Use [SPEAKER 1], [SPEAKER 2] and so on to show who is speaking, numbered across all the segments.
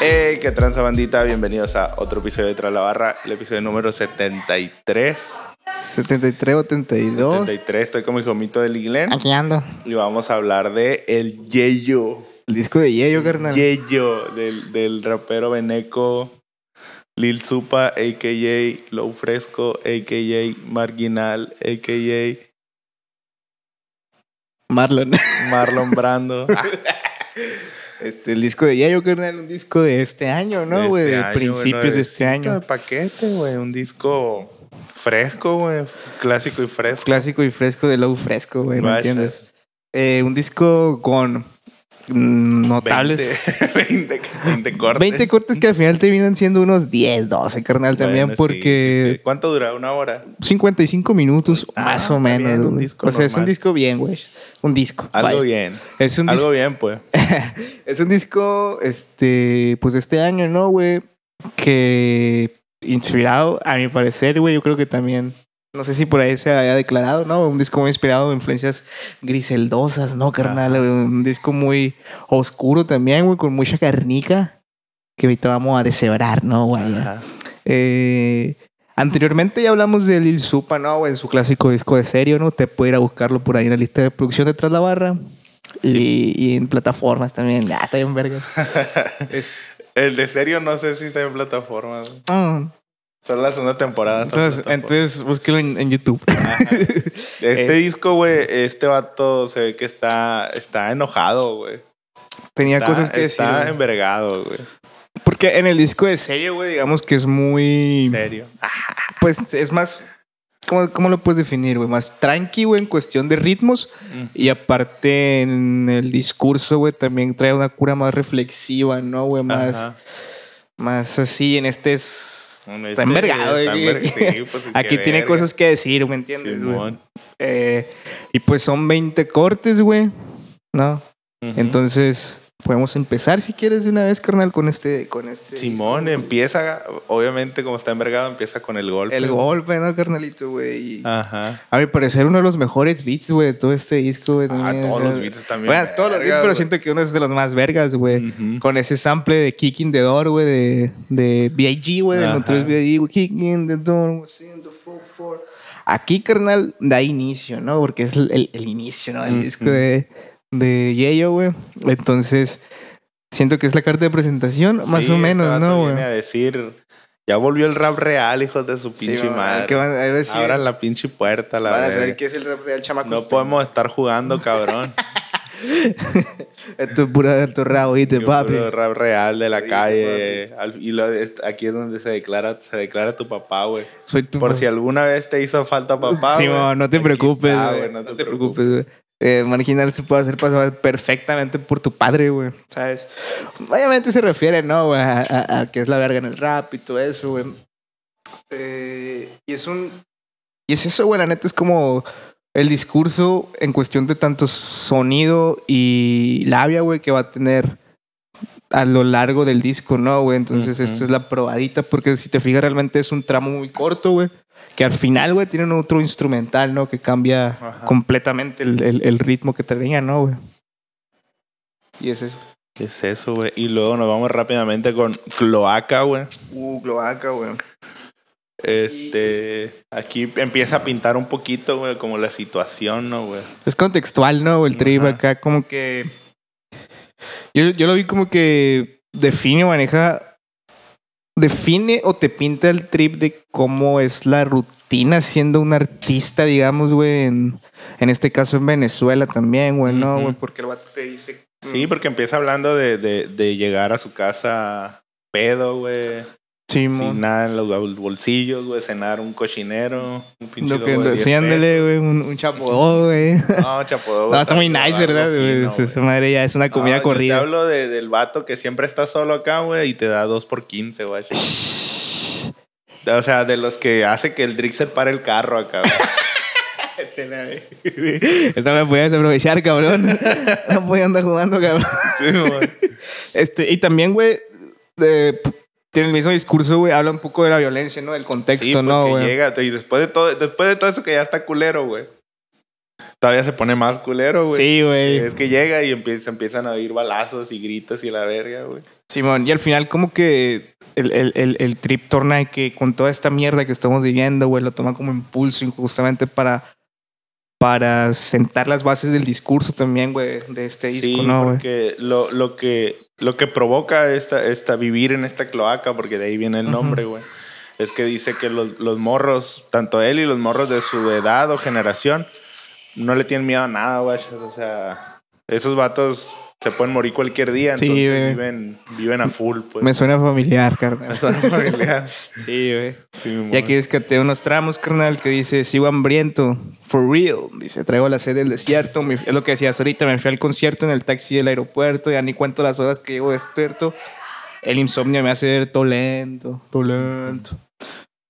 [SPEAKER 1] Hey, qué tranza bandita, bienvenidos a otro episodio de Tras la Barra, el episodio número 73.
[SPEAKER 2] 73, 82.
[SPEAKER 1] 73, estoy con mi jomito del Iglen
[SPEAKER 2] Aquí ando.
[SPEAKER 1] y vamos a hablar de el Yeyo.
[SPEAKER 2] El disco de Yeyo, carnal.
[SPEAKER 1] Yeyo del, del rapero veneco Lil Supa, a.k.a. Low Fresco, a.k.a. Marginal, a.k.a.
[SPEAKER 2] Marlon.
[SPEAKER 1] Marlon Brando. Ah,
[SPEAKER 2] Este, el disco de Yeyo, carnal, un disco de este año,
[SPEAKER 1] de
[SPEAKER 2] ¿no, güey?
[SPEAKER 1] este
[SPEAKER 2] de
[SPEAKER 1] año,
[SPEAKER 2] principios
[SPEAKER 1] güey,
[SPEAKER 2] de este
[SPEAKER 1] nuevecito
[SPEAKER 2] año.
[SPEAKER 1] de paquete, güey, un disco fresco, güey, clásico y fresco.
[SPEAKER 2] Clásico y fresco de Low Fresco, güey, ¿me
[SPEAKER 1] Vaya.
[SPEAKER 2] entiendes? Eh, un disco con mm, notables.
[SPEAKER 1] 20, 20, 20 cortes.
[SPEAKER 2] 20 cortes que al final terminan siendo unos 10, 12, carnal,
[SPEAKER 1] Bueno,
[SPEAKER 2] también,
[SPEAKER 1] sí, sí, sí.
[SPEAKER 2] porque
[SPEAKER 1] ¿Cuánto dura? ¿Una hora?
[SPEAKER 2] 55 minutos,
[SPEAKER 1] Ah,
[SPEAKER 2] más
[SPEAKER 1] está
[SPEAKER 2] o menos.
[SPEAKER 1] bien, un
[SPEAKER 2] güey.
[SPEAKER 1] disco
[SPEAKER 2] o sea, es un
[SPEAKER 1] normal.
[SPEAKER 2] disco bien, güey. Un disco.
[SPEAKER 1] Algo
[SPEAKER 2] vaya.
[SPEAKER 1] bien.
[SPEAKER 2] Es un disco.
[SPEAKER 1] Algo bien, pues.
[SPEAKER 2] Es un disco, este, pues de este año, ¿no, güey? Que inspirado, a mi parecer, güey, yo creo que también, no sé si por ahí se había declarado, ¿no? Un disco muy inspirado en influencias griseldosas, ¿no, carnal? güey? Un disco muy oscuro también, güey, con mucha carnica que ahorita vamos a deshebrar, ¿no, güey?
[SPEAKER 1] Ajá.
[SPEAKER 2] Eh, anteriormente ya hablamos de Lil Supa, ¿no? En su clásico disco de serio, ¿no? Te puede ir a buscarlo por ahí en la lista de producción de Tras la Barra. Y, y en plataformas también. Ah, está bien verga. Es-
[SPEAKER 1] El de serio no sé si está en plataformas.
[SPEAKER 2] mm.
[SPEAKER 1] Son las segunda temporada. está en
[SPEAKER 2] entonces,
[SPEAKER 1] plataforma.
[SPEAKER 2] entonces, búsquelo en, en YouTube.
[SPEAKER 1] este
[SPEAKER 2] eh.
[SPEAKER 1] disco, güey, este vato se ve que está, está enojado, güey.
[SPEAKER 2] Tenía
[SPEAKER 1] Está,
[SPEAKER 2] cosas que decir.
[SPEAKER 1] está
[SPEAKER 2] güey.
[SPEAKER 1] envergado, güey.
[SPEAKER 2] Porque en el disco de serio, güey, digamos que es muy...
[SPEAKER 1] En serio.
[SPEAKER 2] Pues es más... ¿Cómo, cómo lo puedes definir, güey? Más tranqui, güey, en cuestión de ritmos.
[SPEAKER 1] Mm.
[SPEAKER 2] Y aparte en el discurso, güey, también trae una cura más reflexiva, ¿no, güey? Más...
[SPEAKER 1] Ajá.
[SPEAKER 2] Más así, en este es...
[SPEAKER 1] Bueno,
[SPEAKER 2] Está
[SPEAKER 1] este
[SPEAKER 2] envergado,
[SPEAKER 1] está
[SPEAKER 2] güey.
[SPEAKER 1] enver- sí, pues, es que
[SPEAKER 2] Aquí tiene
[SPEAKER 1] verga.
[SPEAKER 2] cosas que decir, ¿me entiendes? güey?
[SPEAKER 1] Simón.
[SPEAKER 2] Eh, y pues son 20 cortes, güey. ¿No?
[SPEAKER 1] Ujú.
[SPEAKER 2] Entonces, podemos empezar si quieres de una vez, carnal, con este... Con este
[SPEAKER 1] Simón empieza, obviamente, como está envergado, empieza con el golpe.
[SPEAKER 2] El golpe, ¿no, carnalito, güey? Y
[SPEAKER 1] Ah. Ajá.
[SPEAKER 2] A mi parecer, uno de los mejores beats, güey, de todo este disco, güey.
[SPEAKER 1] Ah,
[SPEAKER 2] también, o
[SPEAKER 1] todos
[SPEAKER 2] sea,
[SPEAKER 1] los beats también.
[SPEAKER 2] Bueno, todos los beats, pero siento que uno es de los más vergas, güey. Con ese sample de Kicking the Door, güey, de, de B.I.G., güey, de
[SPEAKER 1] Ajá.
[SPEAKER 2] Notorious B.I.G., güey. Kicking the Door, was in the 4-4. Aquí, carnal, da inicio, ¿no? Porque es el, el- el inicio, ¿no? El
[SPEAKER 1] Ujú.
[SPEAKER 2] disco de, de Yeyo, güey. Entonces, siento que es la carta de presentación, más o menos, ¿no, güey?
[SPEAKER 1] este Viene a decir, ya volvió el rap real, hijos de su
[SPEAKER 2] Sí,
[SPEAKER 1] pinche
[SPEAKER 2] mamá,
[SPEAKER 1] madre.
[SPEAKER 2] ¿qué van a decir?
[SPEAKER 1] Abran la pinche puerta, la
[SPEAKER 2] Van a
[SPEAKER 1] verdad.
[SPEAKER 2] saber qué es el rap real, chamaco.
[SPEAKER 1] No podemos estar jugando, cabrón.
[SPEAKER 2] Esto es pura de tu rabo, ¿viste,
[SPEAKER 1] Yo
[SPEAKER 2] papi?
[SPEAKER 1] puro rap real de la
[SPEAKER 2] Sí,
[SPEAKER 1] calle. Al- Y lo- es- aquí es donde se declara, se declara tu papá, güey.
[SPEAKER 2] Soy tu
[SPEAKER 1] Por si alguna vez te hizo falta papá.
[SPEAKER 2] Sí,
[SPEAKER 1] güey,
[SPEAKER 2] mamá, no te
[SPEAKER 1] aquí
[SPEAKER 2] preocupes,
[SPEAKER 1] está,
[SPEAKER 2] güey.
[SPEAKER 1] güey,
[SPEAKER 2] No te preocupes, güey. Eh, marginal se puede hacer pasar perfectamente por tu padre, güey. ¿Sabes? Obviamente se refiere, ¿no? güey? A, a- a que es la verga en el rap y todo eso, güey. Eh, y es un. Y es eso, güey. La neta es como el discurso en cuestión de tanto sonido y labia, güey, que va a tener a lo largo del disco, ¿no, güey? Entonces,
[SPEAKER 1] Ujú.
[SPEAKER 2] esto es la probadita, porque si te fijas, realmente es un tramo muy corto, güey. Que al final, güey, tienen otro instrumental, ¿no? Que cambia
[SPEAKER 1] Ajá.
[SPEAKER 2] completamente el, el- el ritmo que tenía, ¿no, güey? Y es eso.
[SPEAKER 1] ¿Qué es eso, güey? Y luego nos vamos rápidamente con Cloaca, güey.
[SPEAKER 2] Uh, cloaca, güey.
[SPEAKER 1] Este, aquí empieza a pintar un poquito, güey, como la situación, ¿no, güey?
[SPEAKER 2] Es contextual, ¿no? El trip
[SPEAKER 1] Ajá.
[SPEAKER 2] acá, como que. Yo, yo lo vi como que define, maneja. Define o te pinta el trip de cómo es la rutina siendo un artista, digamos, güey. En, en este caso en Venezuela también, güey, ¿no?
[SPEAKER 1] Ujú.
[SPEAKER 2] güey? Porque el vato te dice.
[SPEAKER 1] Sí, porque empieza hablando de, de, de llegar a su casa pedo, güey, sin
[SPEAKER 2] Simón.
[SPEAKER 1] nada en los bol- bolsillos, güey, cenar un cochinero, un pinche
[SPEAKER 2] Lo que-
[SPEAKER 1] dogo de
[SPEAKER 2] lo-
[SPEAKER 1] 10
[SPEAKER 2] sí, ándale, güey, un, un chapó, güey.
[SPEAKER 1] pesos. No, chapo.
[SPEAKER 2] No, está muy nice, ¿verdad? güey? Esa- esa madre ya es una comida corrida.
[SPEAKER 1] Ah, Te hablo de- del vato que siempre está solo acá, güey, y te da dos por 15, güey. O sea, de los que hace que el Drixer pare el carro acá, güey.
[SPEAKER 2] Esta no la podías aprovechar, cabrón. No podía andar jugando, cabrón.
[SPEAKER 1] Sí, güey.
[SPEAKER 2] Este, y también, güey, de- tiene el mismo discurso, güey. Habla un poco de la violencia, ¿no? Del contexto,
[SPEAKER 1] Sí, porque
[SPEAKER 2] ¿no, güey?
[SPEAKER 1] llega y después de todo, después de todo eso que ya está culero, güey. Todavía se pone más culero, güey.
[SPEAKER 2] Sí, güey.
[SPEAKER 1] Es que llega y empieza, empiezan a oír balazos y gritos y la verga, güey.
[SPEAKER 2] Simón, y al final como que el, el, el, el trip torna de que con toda esta mierda que estamos viviendo, güey, lo toma como impulso justamente para, para sentar las bases del discurso también, güey, de este
[SPEAKER 1] Sí,
[SPEAKER 2] disco, ¿no, güey?
[SPEAKER 1] porque lo, lo que, lo que provoca esta, esta vivir en esta cloaca, porque de ahí viene el nombre, güey, es que dice que los, los morros, tanto él y los morros de su edad o generación, no le tienen miedo a nada, güey. O sea, esos vatos se pueden morir cualquier día,
[SPEAKER 2] Sí,
[SPEAKER 1] entonces
[SPEAKER 2] güey.
[SPEAKER 1] viven, viven a full, pues.
[SPEAKER 2] Me suena familiar, carnal.
[SPEAKER 1] Eso es familiar.
[SPEAKER 2] Sí, güey.
[SPEAKER 1] Sí,
[SPEAKER 2] Y aquí descarté unos tramos, carnal, que dice, sigo hambriento, for real. Dice, traigo la sed del desierto. Me- es lo que decías ahorita, me fui al concierto en el taxi del aeropuerto, ya ni cuento las horas que llevo despierto. El insomnio me hace ver todo lento, todo lento.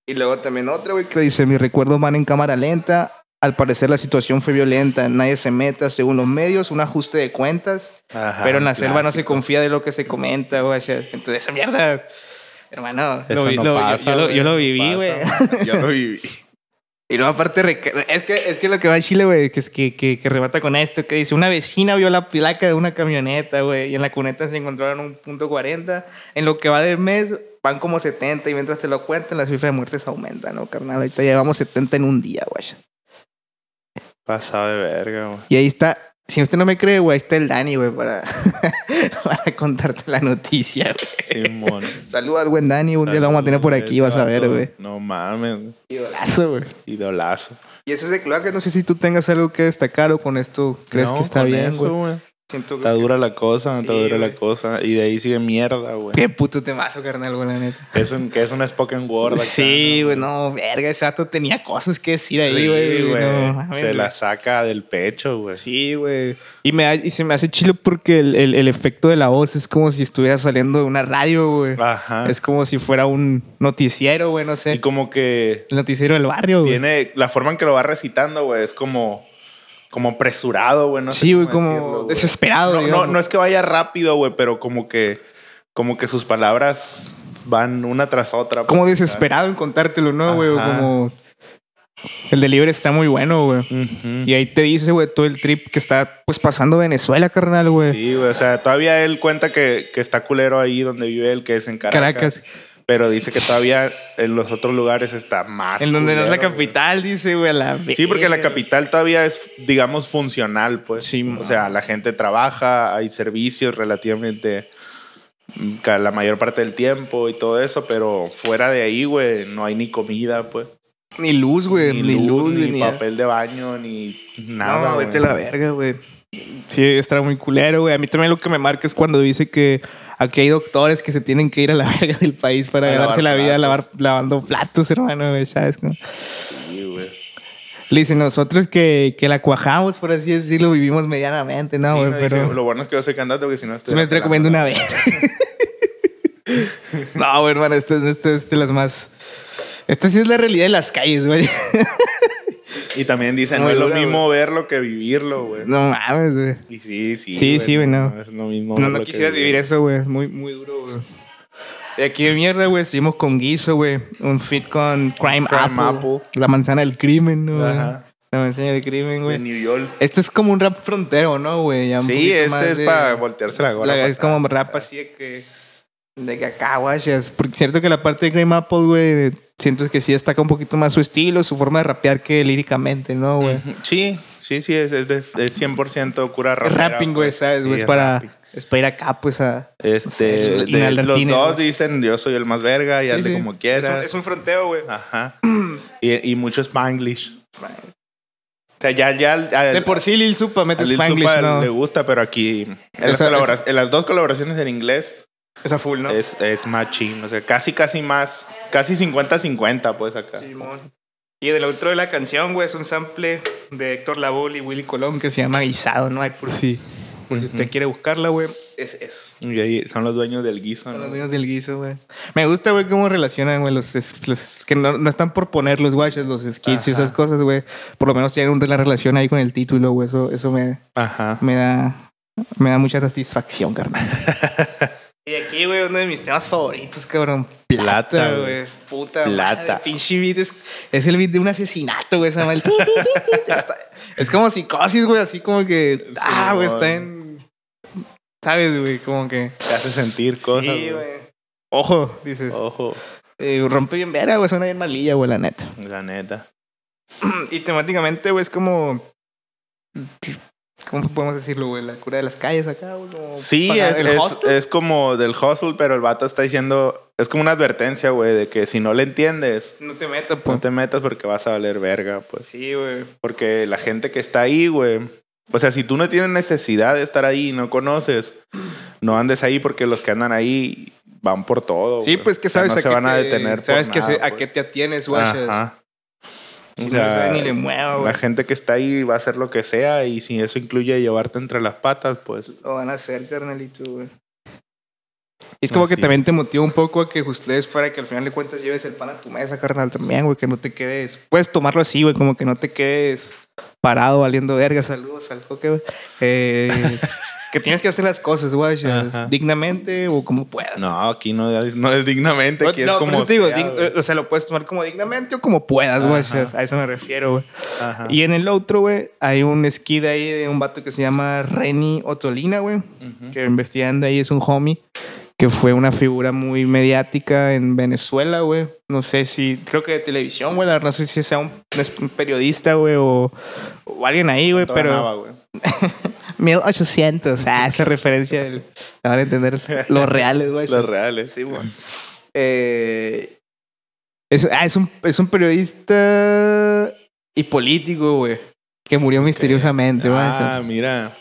[SPEAKER 2] Y luego también otra, güey, que dice, mis recuerdos van en cámara lenta. Al parecer la situación fue violenta, nadie se meta, según los medios, un ajuste de cuentas.
[SPEAKER 1] Ajá,
[SPEAKER 2] Pero en la selva no se
[SPEAKER 1] Ah, clásico.
[SPEAKER 2] confía de lo que se comenta, güey. o sea, Entonces, esa mierda, hermano.
[SPEAKER 1] Eso
[SPEAKER 2] lo vi-
[SPEAKER 1] no
[SPEAKER 2] lo- yo-
[SPEAKER 1] pasa,
[SPEAKER 2] yo, lo, yo
[SPEAKER 1] güey,
[SPEAKER 2] lo
[SPEAKER 1] no
[SPEAKER 2] viví,
[SPEAKER 1] pasa,
[SPEAKER 2] güey.
[SPEAKER 1] Yo lo viví.
[SPEAKER 2] Y luego, aparte, reca- es que, es que lo que va a Chile, güey, que, es que, que, que remata con esto, que dice: Una vecina vio la placa de una camioneta, güey, y en la cuneta se encontraron un punto 40. En lo que va del mes, van como 70, y mientras te lo cuentan, las cifras de muertes aumentan, ¿no, carnal? Ahorita llevamos 70 en un día, güey.
[SPEAKER 1] Pasado de verga, güey.
[SPEAKER 2] Y ahí está. Si usted no me cree, güey, ahí está el Dani, güey, para, para contarte la noticia, güey.
[SPEAKER 1] Simón.
[SPEAKER 2] Saluda al buen Dani, un día lo vamos a tener por aquí, vas a ver, güey.
[SPEAKER 1] No mames,
[SPEAKER 2] Idolazo, güey.
[SPEAKER 1] idolazo.
[SPEAKER 2] Y eso es de cloaca, no sé si tú tengas algo que destacar o con esto crees
[SPEAKER 1] No,
[SPEAKER 2] que está
[SPEAKER 1] con
[SPEAKER 2] bien,
[SPEAKER 1] eso,
[SPEAKER 2] güey.
[SPEAKER 1] güey.
[SPEAKER 2] Siento
[SPEAKER 1] Está dura la cosa, está
[SPEAKER 2] Sí,
[SPEAKER 1] dura la
[SPEAKER 2] güey.
[SPEAKER 1] cosa. Y de ahí sigue mierda, güey.
[SPEAKER 2] Qué puto temazo, carnal, güey, la neta.
[SPEAKER 1] Que es, un, que es una spoken word. acá,
[SPEAKER 2] Sí,
[SPEAKER 1] ¿no?
[SPEAKER 2] güey, no, verga, ese vato tenía cosas que decir ahí,
[SPEAKER 1] Sí,
[SPEAKER 2] güey.
[SPEAKER 1] güey.
[SPEAKER 2] no, mames,
[SPEAKER 1] se
[SPEAKER 2] güey.
[SPEAKER 1] la saca del pecho, güey.
[SPEAKER 2] Sí, güey. Y, me, ha- y se me hace chilo porque el, el- el efecto de la voz es como si estuviera saliendo de una radio, güey.
[SPEAKER 1] Ajá.
[SPEAKER 2] Es como si fuera un noticiero, güey, no
[SPEAKER 1] Ah. Y
[SPEAKER 2] sé.
[SPEAKER 1] como que
[SPEAKER 2] El noticiero del barrio, güey.
[SPEAKER 1] tiene la forma en que lo va recitando, güey, es como como apresurado, güey, no sé
[SPEAKER 2] Sí, güey,
[SPEAKER 1] cómo
[SPEAKER 2] como
[SPEAKER 1] decirlo, güey. No,
[SPEAKER 2] desesperado,
[SPEAKER 1] no,
[SPEAKER 2] Ah, digamos.
[SPEAKER 1] no es que vaya rápido, güey, pero como que como que sus palabras van una tras otra.
[SPEAKER 2] como
[SPEAKER 1] pues,
[SPEAKER 2] desesperado en contártelo, ¿no, güey? O
[SPEAKER 1] Ajá.
[SPEAKER 2] Como. El delivery está muy bueno, güey.
[SPEAKER 1] Ujú.
[SPEAKER 2] Y ahí te dice, güey, todo el trip que está pues pasando Venezuela, carnal, güey.
[SPEAKER 1] Sí, güey, o sea, todavía él cuenta que, que está culero ahí donde vive él, que es en Caracas.
[SPEAKER 2] Caracas.
[SPEAKER 1] Pero dice que todavía en los otros lugares está más.
[SPEAKER 2] En donde no es la
[SPEAKER 1] culero, güey.
[SPEAKER 2] capital, dice, güey, a la
[SPEAKER 1] Sí, porque la
[SPEAKER 2] verga.
[SPEAKER 1] capital todavía es, digamos, funcional, pues.
[SPEAKER 2] Sí,
[SPEAKER 1] o sea, la gente trabaja, hay servicios relativamente mm, ca- la mayor parte del tiempo y todo eso, pero fuera de ahí, güey, no hay ni comida, pues.
[SPEAKER 2] Ni luz, güey. Ni, luz, güey.
[SPEAKER 1] ni papel de baño, ni nada.
[SPEAKER 2] Nada,
[SPEAKER 1] güey.
[SPEAKER 2] vete a la verga, güey. Sí, está muy culero, güey. A mí también lo que me marca es cuando dice que aquí hay doctores que se tienen que ir a la verga del país para
[SPEAKER 1] A lavar
[SPEAKER 2] ganarse la vida
[SPEAKER 1] platos.
[SPEAKER 2] lavar- lavando platos, hermano, güey, ¿sabes? cómo?
[SPEAKER 1] Sí, güey.
[SPEAKER 2] Le dicen nosotros que, que la cuajamos, por así decirlo, vivimos medianamente, ¿no,
[SPEAKER 1] Sí,
[SPEAKER 2] güey?
[SPEAKER 1] no, dice,
[SPEAKER 2] pero
[SPEAKER 1] Lo bueno es que yo soy cantante, porque si no estoy.
[SPEAKER 2] me estoy comiendo una vez. no, güey, hermano, esta este, es de las más... Esta sí es la realidad de las calles, güey.
[SPEAKER 1] Y también dicen, no
[SPEAKER 2] Muy
[SPEAKER 1] es lo
[SPEAKER 2] dura,
[SPEAKER 1] mismo verlo que vivirlo, güey.
[SPEAKER 2] No mames, güey.
[SPEAKER 1] Y sí, sí.
[SPEAKER 2] Sí, sí, güey, no.
[SPEAKER 1] Es lo mismo.
[SPEAKER 2] No,
[SPEAKER 1] verlo
[SPEAKER 2] no
[SPEAKER 1] que
[SPEAKER 2] quisieras vivir eso, güey. Es muy, muy duro, güey. Y aquí de mierda, güey, seguimos con guiso, güey. Un fit con
[SPEAKER 1] Crime
[SPEAKER 2] Crime, Apple.
[SPEAKER 1] Apple.
[SPEAKER 2] La manzana del crimen, ¿no? güey?
[SPEAKER 1] Ajá.
[SPEAKER 2] La manzana del crimen,
[SPEAKER 1] De
[SPEAKER 2] güey.
[SPEAKER 1] New York.
[SPEAKER 2] Esto es como un rap frontero, ¿no, güey? Ya un
[SPEAKER 1] Sí,
[SPEAKER 2] poquito más
[SPEAKER 1] este es
[SPEAKER 2] de-
[SPEAKER 1] para voltearse la gorra.
[SPEAKER 2] la-
[SPEAKER 1] para
[SPEAKER 2] Es como
[SPEAKER 1] atrás.
[SPEAKER 2] rap así de que... De que acá, güey. es- Porque cierto que la parte de Crime Apple, güey, siento que sí destaca un poquito más su estilo, su forma de rapear que líricamente, ¿no, güey?
[SPEAKER 1] Sí, sí, sí, es, es, de, es 100% cura
[SPEAKER 2] Es
[SPEAKER 1] rapera,
[SPEAKER 2] rapping, güey,
[SPEAKER 1] pues.
[SPEAKER 2] ¿sabes?
[SPEAKER 1] Sí,
[SPEAKER 2] güey?
[SPEAKER 1] es
[SPEAKER 2] es, para,
[SPEAKER 1] rapping.
[SPEAKER 2] es para ir acá, pues, a...
[SPEAKER 1] Este,
[SPEAKER 2] Es el-
[SPEAKER 1] de-
[SPEAKER 2] el
[SPEAKER 1] los
[SPEAKER 2] latino,
[SPEAKER 1] dos
[SPEAKER 2] güey.
[SPEAKER 1] dicen yo soy el más verga y
[SPEAKER 2] Sí,
[SPEAKER 1] hazle
[SPEAKER 2] sí.
[SPEAKER 1] como quieras. Ah,
[SPEAKER 2] Es un, es un fronteo, güey.
[SPEAKER 1] Ajá. y, y mucho spanglish. O sea, ya, ya. al- al-
[SPEAKER 2] De por sí Lil Supa
[SPEAKER 1] a
[SPEAKER 2] mete
[SPEAKER 1] Lil
[SPEAKER 2] Este Spanglish,
[SPEAKER 1] Supa
[SPEAKER 2] ¿no?
[SPEAKER 1] le gusta, pero aquí. En las,
[SPEAKER 2] Esa-
[SPEAKER 1] colabora- en las dos colaboraciones en inglés
[SPEAKER 2] Es a full, ¿no?
[SPEAKER 1] es, es más ching. O sea, casi, casi más. Casi 50-50, pues acá.
[SPEAKER 2] Simón. Y del otro de la canción, güey, es un sample de Héctor Lavoe y Willy Colón que se llama Guisado, ¿no? Hay por si, por si usted quiere buscarla, güey. Es eso.
[SPEAKER 1] Y ahí son los dueños del guiso,
[SPEAKER 2] Son
[SPEAKER 1] ¿no?
[SPEAKER 2] los dueños del guiso, güey. Me gusta, güey, cómo relacionan, güey, los, es- los- que no, no están por poner los guaches, los skits y
[SPEAKER 1] Ajá.
[SPEAKER 2] esas cosas, güey. Por lo menos tienen una relación ahí con el título, güey. Eso, eso me,
[SPEAKER 1] Ajá.
[SPEAKER 2] me da me da mucha satisfacción, carnal. y aquí, güey, uno de mis temas favoritos, cabrón.
[SPEAKER 1] Plata, güey.
[SPEAKER 2] Puta
[SPEAKER 1] Plata.
[SPEAKER 2] madre, Pinche beat es, es el beat de un asesinato, güey. Esa mal... es como psicosis, güey. Así como que... Ah, güey,
[SPEAKER 1] Simón.
[SPEAKER 2] está en... ¿Sabes, güey? Como que.
[SPEAKER 1] Te hace sentir cosas.
[SPEAKER 2] sí,
[SPEAKER 1] güey.
[SPEAKER 2] güey. Ojo, dices.
[SPEAKER 1] Ojo,
[SPEAKER 2] Eh, rompe bien vera, güey. Suena bien malilla, güey, la neta.
[SPEAKER 1] la neta.
[SPEAKER 2] Y temáticamente, güey, es como. ¿Cómo podemos decirlo, güey? La cura de las calles acá, güey. como
[SPEAKER 1] Sí,
[SPEAKER 2] para
[SPEAKER 1] es,
[SPEAKER 2] el
[SPEAKER 1] es-
[SPEAKER 2] hostel.
[SPEAKER 1] es como del hustle, pero el vato está diciendo. Es como una advertencia, güey, de que si no le entiendes,
[SPEAKER 2] No te metas, pues.
[SPEAKER 1] no te metas porque vas a valer verga, pues.
[SPEAKER 2] Sí, güey.
[SPEAKER 1] Porque la gente que está ahí, güey. O sea, si tú no tienes necesidad de estar ahí y no conoces, no andes ahí porque los que andan ahí van por todo.
[SPEAKER 2] Sí,
[SPEAKER 1] güey.
[SPEAKER 2] pues que
[SPEAKER 1] O sea,
[SPEAKER 2] sabes
[SPEAKER 1] no
[SPEAKER 2] a
[SPEAKER 1] se
[SPEAKER 2] qué
[SPEAKER 1] van a
[SPEAKER 2] te-
[SPEAKER 1] detener.
[SPEAKER 2] Sabes
[SPEAKER 1] por
[SPEAKER 2] que
[SPEAKER 1] nada,
[SPEAKER 2] se- a
[SPEAKER 1] pues.
[SPEAKER 2] qué te atienes, guachas.
[SPEAKER 1] Ajá.
[SPEAKER 2] Si
[SPEAKER 1] O
[SPEAKER 2] no
[SPEAKER 1] sea,
[SPEAKER 2] sabe ni le muevo, güey.
[SPEAKER 1] La gente que está ahí va a hacer lo que sea y si eso incluye llevarte entre las patas, pues.
[SPEAKER 2] Lo van a hacer, carnalito, güey. Y es como que
[SPEAKER 1] Así
[SPEAKER 2] también
[SPEAKER 1] es.
[SPEAKER 2] te motiva un poco a que ustedes para que al final de cuentas lleves el pan a tu mesa, carnal, también, güey, que no te quedes. Puedes tomarlo así, güey, como que no te quedes parado valiendo verga, saludos al coque, güey. Eh, que tienes que hacer las cosas, güey,
[SPEAKER 1] Ajá.
[SPEAKER 2] dignamente o como puedas.
[SPEAKER 1] No, aquí no, no es dignamente,
[SPEAKER 2] No,
[SPEAKER 1] aquí es
[SPEAKER 2] no, por
[SPEAKER 1] como.
[SPEAKER 2] eso te digo, eh,
[SPEAKER 1] sea,
[SPEAKER 2] dig-
[SPEAKER 1] güey.
[SPEAKER 2] o sea, lo puedes tomar como dignamente o como puedas, güey.
[SPEAKER 1] Ajá.
[SPEAKER 2] o sea, A eso me refiero, güey.
[SPEAKER 1] Ajá.
[SPEAKER 2] Y en el otro, güey, hay un esquí de ahí de un vato que se llama Renny Otolina, güey
[SPEAKER 1] Ujú.
[SPEAKER 2] que investigando ahí es un homie que fue una figura muy mediática en Venezuela, güey. No sé si, creo que de televisión, güey. La verdad, no sé si sea un, un periodista, güey, o, o alguien ahí, güey.
[SPEAKER 1] Todo
[SPEAKER 2] Pero
[SPEAKER 1] ganaba, güey.
[SPEAKER 2] 1800, ah, esa referencia del- la van a entender los reales, güey.
[SPEAKER 1] Los reales.
[SPEAKER 2] Sí, güey. Eh, es, ah, es, un, es un periodista y político, güey, que murió misteriosamente, güey.
[SPEAKER 1] Ah, mira.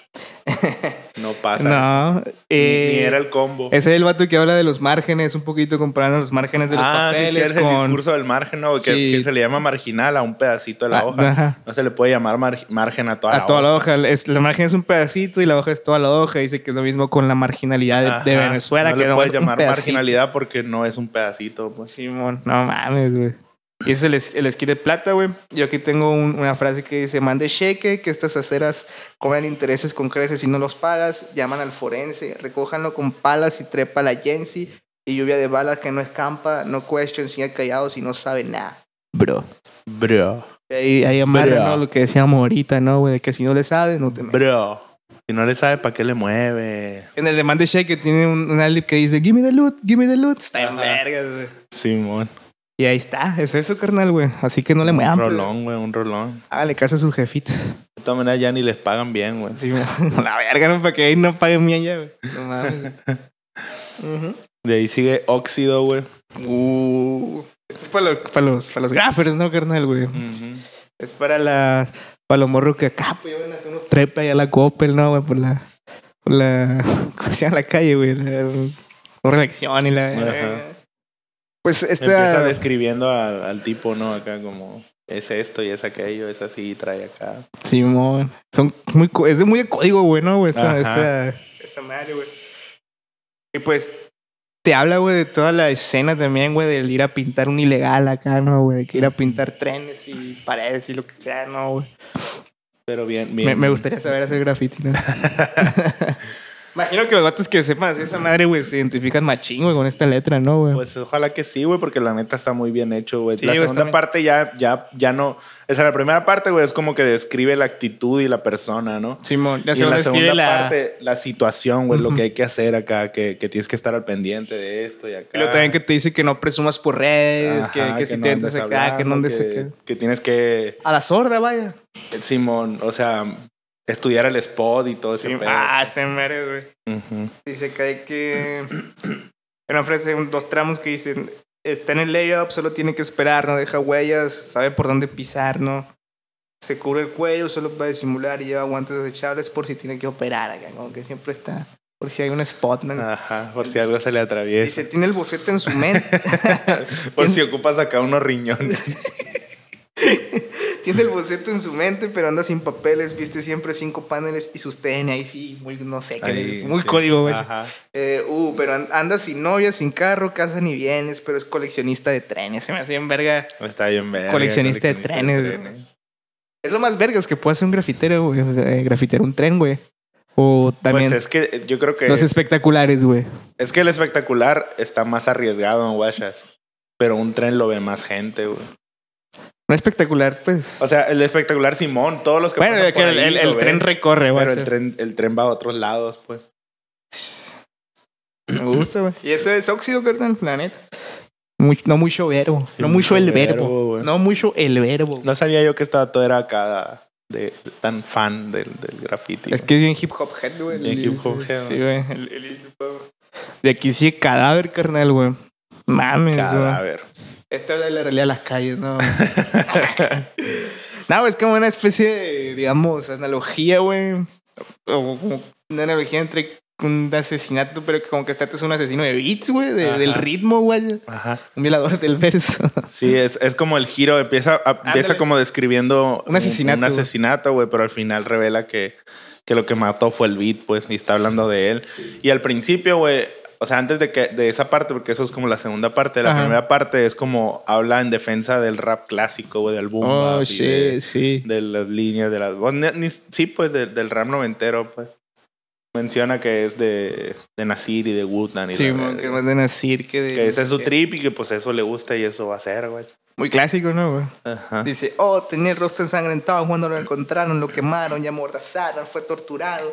[SPEAKER 1] No pasa.
[SPEAKER 2] no,
[SPEAKER 1] Ni-
[SPEAKER 2] eh,
[SPEAKER 1] ni era el combo.
[SPEAKER 2] Ese es el vato que habla de los márgenes, un poquito comparando los márgenes de los
[SPEAKER 1] ah, sí, sí,
[SPEAKER 2] papeles
[SPEAKER 1] es el
[SPEAKER 2] con...
[SPEAKER 1] discurso del margen, ¿no? Que,
[SPEAKER 2] Sí.
[SPEAKER 1] que se le llama marginal a un pedacito de la
[SPEAKER 2] Ah,
[SPEAKER 1] hoja.
[SPEAKER 2] ajá.
[SPEAKER 1] No se le puede llamar mar- margen a toda la
[SPEAKER 2] A toda
[SPEAKER 1] hoja.
[SPEAKER 2] la hoja. Es, la margen es un pedacito y la hoja es toda la hoja. Dice que es lo mismo con la marginalidad de-
[SPEAKER 1] Ajá.
[SPEAKER 2] de, Venezuela.
[SPEAKER 1] No
[SPEAKER 2] que
[SPEAKER 1] le
[SPEAKER 2] nomás
[SPEAKER 1] puedes
[SPEAKER 2] un
[SPEAKER 1] llamar
[SPEAKER 2] pedacito.
[SPEAKER 1] marginalidad porque no es un pedacito, pues.
[SPEAKER 2] Simón, no mames, güey. Y ese es el, es- el esquí de plata, güey. Yo aquí tengo un- una frase que dice: Mande cheque, que estas aceras cobran intereses con creces y no los pagas. Llaman al forense, recójanlo con palas y trepa la Jensi. Y lluvia de balas que no escampa, no question, sigue callado si no sabe nada. Bro.
[SPEAKER 1] Bro,
[SPEAKER 2] Ahí, ahí amarra,
[SPEAKER 1] Bro.
[SPEAKER 2] ¿no? Lo que decíamos ahorita, ¿no, güey? De que si no le sabes, no te metas.
[SPEAKER 1] bro. Si no le sabe, ¿para qué le mueve?
[SPEAKER 2] En el demand de Shake tiene un, un álbum que dice, give me the loot, give me the loot. Está en
[SPEAKER 1] Ajá.
[SPEAKER 2] vergas, güey.
[SPEAKER 1] Simón.
[SPEAKER 2] Y ahí está, es eso, carnal, güey. Así que no le muevan.
[SPEAKER 1] un
[SPEAKER 2] pues.
[SPEAKER 1] rolón, güey, un rolón.
[SPEAKER 2] Hágale caso a sus jefitos.
[SPEAKER 1] De todas maneras, ya ni les pagan bien, güey.
[SPEAKER 2] Sí, güey. la verga, no, para que ahí no paguen bien ya, güey. No mames. Ujú.
[SPEAKER 1] De ahí sigue óxido, güey.
[SPEAKER 2] Uh, Esto es para los, para los, para los graphers, ¿no, carnal, güey? Es para la. Para los morros que acá, pues, llevan a hacer unos trepes allá a la Coppel, ¿no, güey? Por la. Por la. ¿Cómo se llama la calle, güey? La, por la elección y la.
[SPEAKER 1] Ajá.
[SPEAKER 2] Pues esta.
[SPEAKER 1] Empieza describiendo al, al tipo, ¿no? Acá como es esto y es aquello, es así y trae acá.
[SPEAKER 2] Simón. Son muy. co- Es de muy de código, güey, ¿no, güey? Esta,
[SPEAKER 1] Ajá.
[SPEAKER 2] esta, esta madre, güey. Y pues. Te habla, güey, de toda la escena también, güey, del ir a pintar un ilegal acá, ¿no, güey? De que ir a pintar trenes y paredes y lo que sea, ¿no, güey?
[SPEAKER 1] Pero bien, bien.
[SPEAKER 2] Me, me gustaría saber hacer graffiti, ¿no? Imagino que los vatos que sepan hacer esa madre, güey, se identifican machín, güey, con esta letra, ¿no, güey?
[SPEAKER 1] Pues ojalá que sí, güey, porque la neta está muy bien hecho, güey.
[SPEAKER 2] Sí,
[SPEAKER 1] la
[SPEAKER 2] güey, está
[SPEAKER 1] segunda
[SPEAKER 2] bien.
[SPEAKER 1] parte ya, ya, ya no. O sea, la primera parte, güey, es como que describe la actitud y la persona, ¿no?
[SPEAKER 2] Simón,
[SPEAKER 1] y
[SPEAKER 2] la
[SPEAKER 1] en
[SPEAKER 2] segunda,
[SPEAKER 1] la segunda
[SPEAKER 2] escribe la...
[SPEAKER 1] parte, la situación, güey, lo
[SPEAKER 2] Ujú.
[SPEAKER 1] que hay que hacer acá, que, que tienes que estar al pendiente de esto y acá.
[SPEAKER 2] Y luego también que te dice que no presumas por redes,
[SPEAKER 1] Ajá,
[SPEAKER 2] que, ah. que si
[SPEAKER 1] no
[SPEAKER 2] te
[SPEAKER 1] andes
[SPEAKER 2] entras acá, que no
[SPEAKER 1] hablando,
[SPEAKER 2] andes acá.
[SPEAKER 1] que tienes que,
[SPEAKER 2] A la sorda, vaya.
[SPEAKER 1] Simón, o sea, estudiar el spot y todo ese
[SPEAKER 2] Sí,
[SPEAKER 1] pedo.
[SPEAKER 2] ah, este madre, güey.
[SPEAKER 1] Ujú.
[SPEAKER 2] Dice que hay que... Una frase, un- dos tramos que dicen, está en el layup, solo tiene que esperar, no deja huellas, sabe por dónde pisar, ¿no? Se cubre el cuello solo para disimular y lleva guantes desechables por si tiene que operar acá, como que siempre está, por si hay un spot, ¿no?
[SPEAKER 1] Ajá, por si algo se le
[SPEAKER 2] Dice,
[SPEAKER 1] atraviesa.
[SPEAKER 2] tiene el boceto en su mente,
[SPEAKER 1] por si ocupas acá unos riñones.
[SPEAKER 2] tiene el boceto en su mente, pero anda sin papeles, viste siempre cinco paneles y sus TN ahí sí, muy, no sé, que
[SPEAKER 1] Ahí,
[SPEAKER 2] es muy
[SPEAKER 1] sí.
[SPEAKER 2] código, güey.
[SPEAKER 1] Ajá.
[SPEAKER 2] Eh, uh, pero an- anda sin novia, sin carro, casa ni bienes, pero es coleccionista de trenes. Se me hacía en verga.
[SPEAKER 1] Está bien, verga,
[SPEAKER 2] Coleccionista de trenes, Es lo más vergas que puede hacer un grafitero, güey. eh, grafitear un tren, güey. O también
[SPEAKER 1] Pues es que yo creo que
[SPEAKER 2] los espectaculares, güey.
[SPEAKER 1] es que el espectacular está más arriesgado en Guayas. Pero un tren lo ve más gente, güey.
[SPEAKER 2] No espectacular, pues.
[SPEAKER 1] O sea, el espectacular Simón, todos los que
[SPEAKER 2] bueno,
[SPEAKER 1] pasan
[SPEAKER 2] que
[SPEAKER 1] por
[SPEAKER 2] el,
[SPEAKER 1] ahí
[SPEAKER 2] el-
[SPEAKER 1] lo
[SPEAKER 2] el tren
[SPEAKER 1] ven,
[SPEAKER 2] recorre, güey.
[SPEAKER 1] Pero el tren, el tren va a otros lados, pues.
[SPEAKER 2] Me gusta, güey. Y ese es óxido, carnal, planeta. Muy- no mucho verbo.
[SPEAKER 1] Sí,
[SPEAKER 2] no mucho el
[SPEAKER 1] mucho
[SPEAKER 2] verbo.
[SPEAKER 1] verbo, güey.
[SPEAKER 2] no mucho el verbo.
[SPEAKER 1] No sabía yo que estaba todo era acá de, tan fan del, del graffiti.
[SPEAKER 2] es que es bien hip hop head, güey.
[SPEAKER 1] Bien
[SPEAKER 2] El-
[SPEAKER 1] hip hop head,
[SPEAKER 2] Sí, güey. el- el hip hop. De aquí sí, cadáver, carnal, güey. Mames, güey.
[SPEAKER 1] Cadáver.
[SPEAKER 2] Esta Este habla de la realidad de las calles, ¿no? no, es como una especie de, digamos, analogía, güey. O como una analogía entre un asesinato, pero que como que este es un asesino de beats, güey. de-
[SPEAKER 1] Ajá.
[SPEAKER 2] del ritmo, güey.
[SPEAKER 1] Ajá.
[SPEAKER 2] Un violador del verso.
[SPEAKER 1] Sí, es, es como el giro. Empieza, a- empieza como describiendo
[SPEAKER 2] Un asesinato,
[SPEAKER 1] un
[SPEAKER 2] güey.
[SPEAKER 1] asesinato, güey, pero al final revela que, que lo que mató fue el beat, pues, y está hablando de él. Y al principio, güey, o sea, antes de, que, de esa parte, porque eso es como la segunda parte, la
[SPEAKER 2] Ajá.
[SPEAKER 1] primera parte es como habla en defensa del rap clásico, güey, del boom.
[SPEAKER 2] Oh,
[SPEAKER 1] bap y
[SPEAKER 2] shit,
[SPEAKER 1] de-
[SPEAKER 2] sí.
[SPEAKER 1] de las líneas de las voz- ni- ni- sí pues del- del rap noventero pues menciona que es de de Nasir y de Woodland y
[SPEAKER 2] Sí,
[SPEAKER 1] la
[SPEAKER 2] mo,
[SPEAKER 1] verga.
[SPEAKER 2] que eh. más de Nasir que de.
[SPEAKER 1] que ese es su
[SPEAKER 2] que-
[SPEAKER 1] trip y que pues eso le gusta y eso va a ser güey
[SPEAKER 2] Muy clásico, ¿no, güey?
[SPEAKER 1] Ajá.
[SPEAKER 2] Dice, oh, tenía el rostro ensangrentado cuando lo encontraron, lo quemaron, ya amordazaron, fue torturado.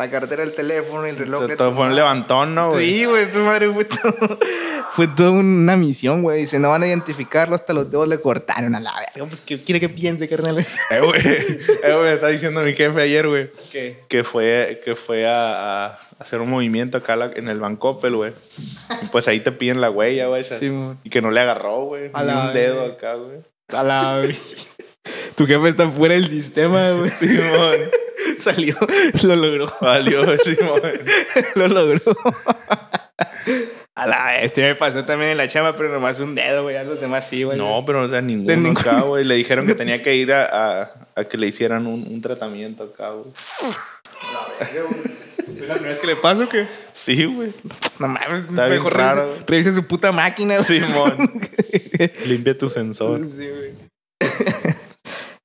[SPEAKER 2] La cartera, el teléfono, el reloj. le
[SPEAKER 1] Todo fue un
[SPEAKER 2] tomaron".
[SPEAKER 1] levantón, ¿no, güey?
[SPEAKER 2] Sí, güey, tu madre fue todo. Fue toda una misión, güey. Dice, no van a identificarlo, hasta los dedos le cortaron a la verga. Pues, ¿qué quiere que piense, carnal?
[SPEAKER 1] Eh, güey. Eh, güey, está diciendo mi jefe ayer, güey.
[SPEAKER 2] ¿Qué?
[SPEAKER 1] Que fue, que fue a, a hacer un movimiento acá a la- en el Bancopel, güey. Y pues ahí te piden la huella, güey.
[SPEAKER 2] Sí, mo.
[SPEAKER 1] y que no le agarró, güey.
[SPEAKER 2] A
[SPEAKER 1] Ni
[SPEAKER 2] la
[SPEAKER 1] un dedo
[SPEAKER 2] verga.
[SPEAKER 1] acá, güey.
[SPEAKER 2] A la Tu jefe está fuera del sistema, güey.
[SPEAKER 1] Simón.
[SPEAKER 2] Salió, lo logró.
[SPEAKER 1] Valió, Simón.
[SPEAKER 2] lo logró. A la vez, este me pasó también en la chamba, pero nomás un dedo, güey. A los demás sí, güey.
[SPEAKER 1] No, pero o sea, ninguno,
[SPEAKER 2] De ninguno.
[SPEAKER 1] acá, güey. Le dijeron que tenía que ir a, a, a que le hicieran un, un tratamiento acá, güey.
[SPEAKER 2] ¿Es la primera vez que le paso o qué?
[SPEAKER 1] Sí, güey.
[SPEAKER 2] No mames,
[SPEAKER 1] Está bien
[SPEAKER 2] mejor
[SPEAKER 1] raro,
[SPEAKER 2] revise-
[SPEAKER 1] güey.
[SPEAKER 2] Revise su puta máquina, güey.
[SPEAKER 1] Simón.
[SPEAKER 2] sí,
[SPEAKER 1] Limpia tu sensor.
[SPEAKER 2] güey.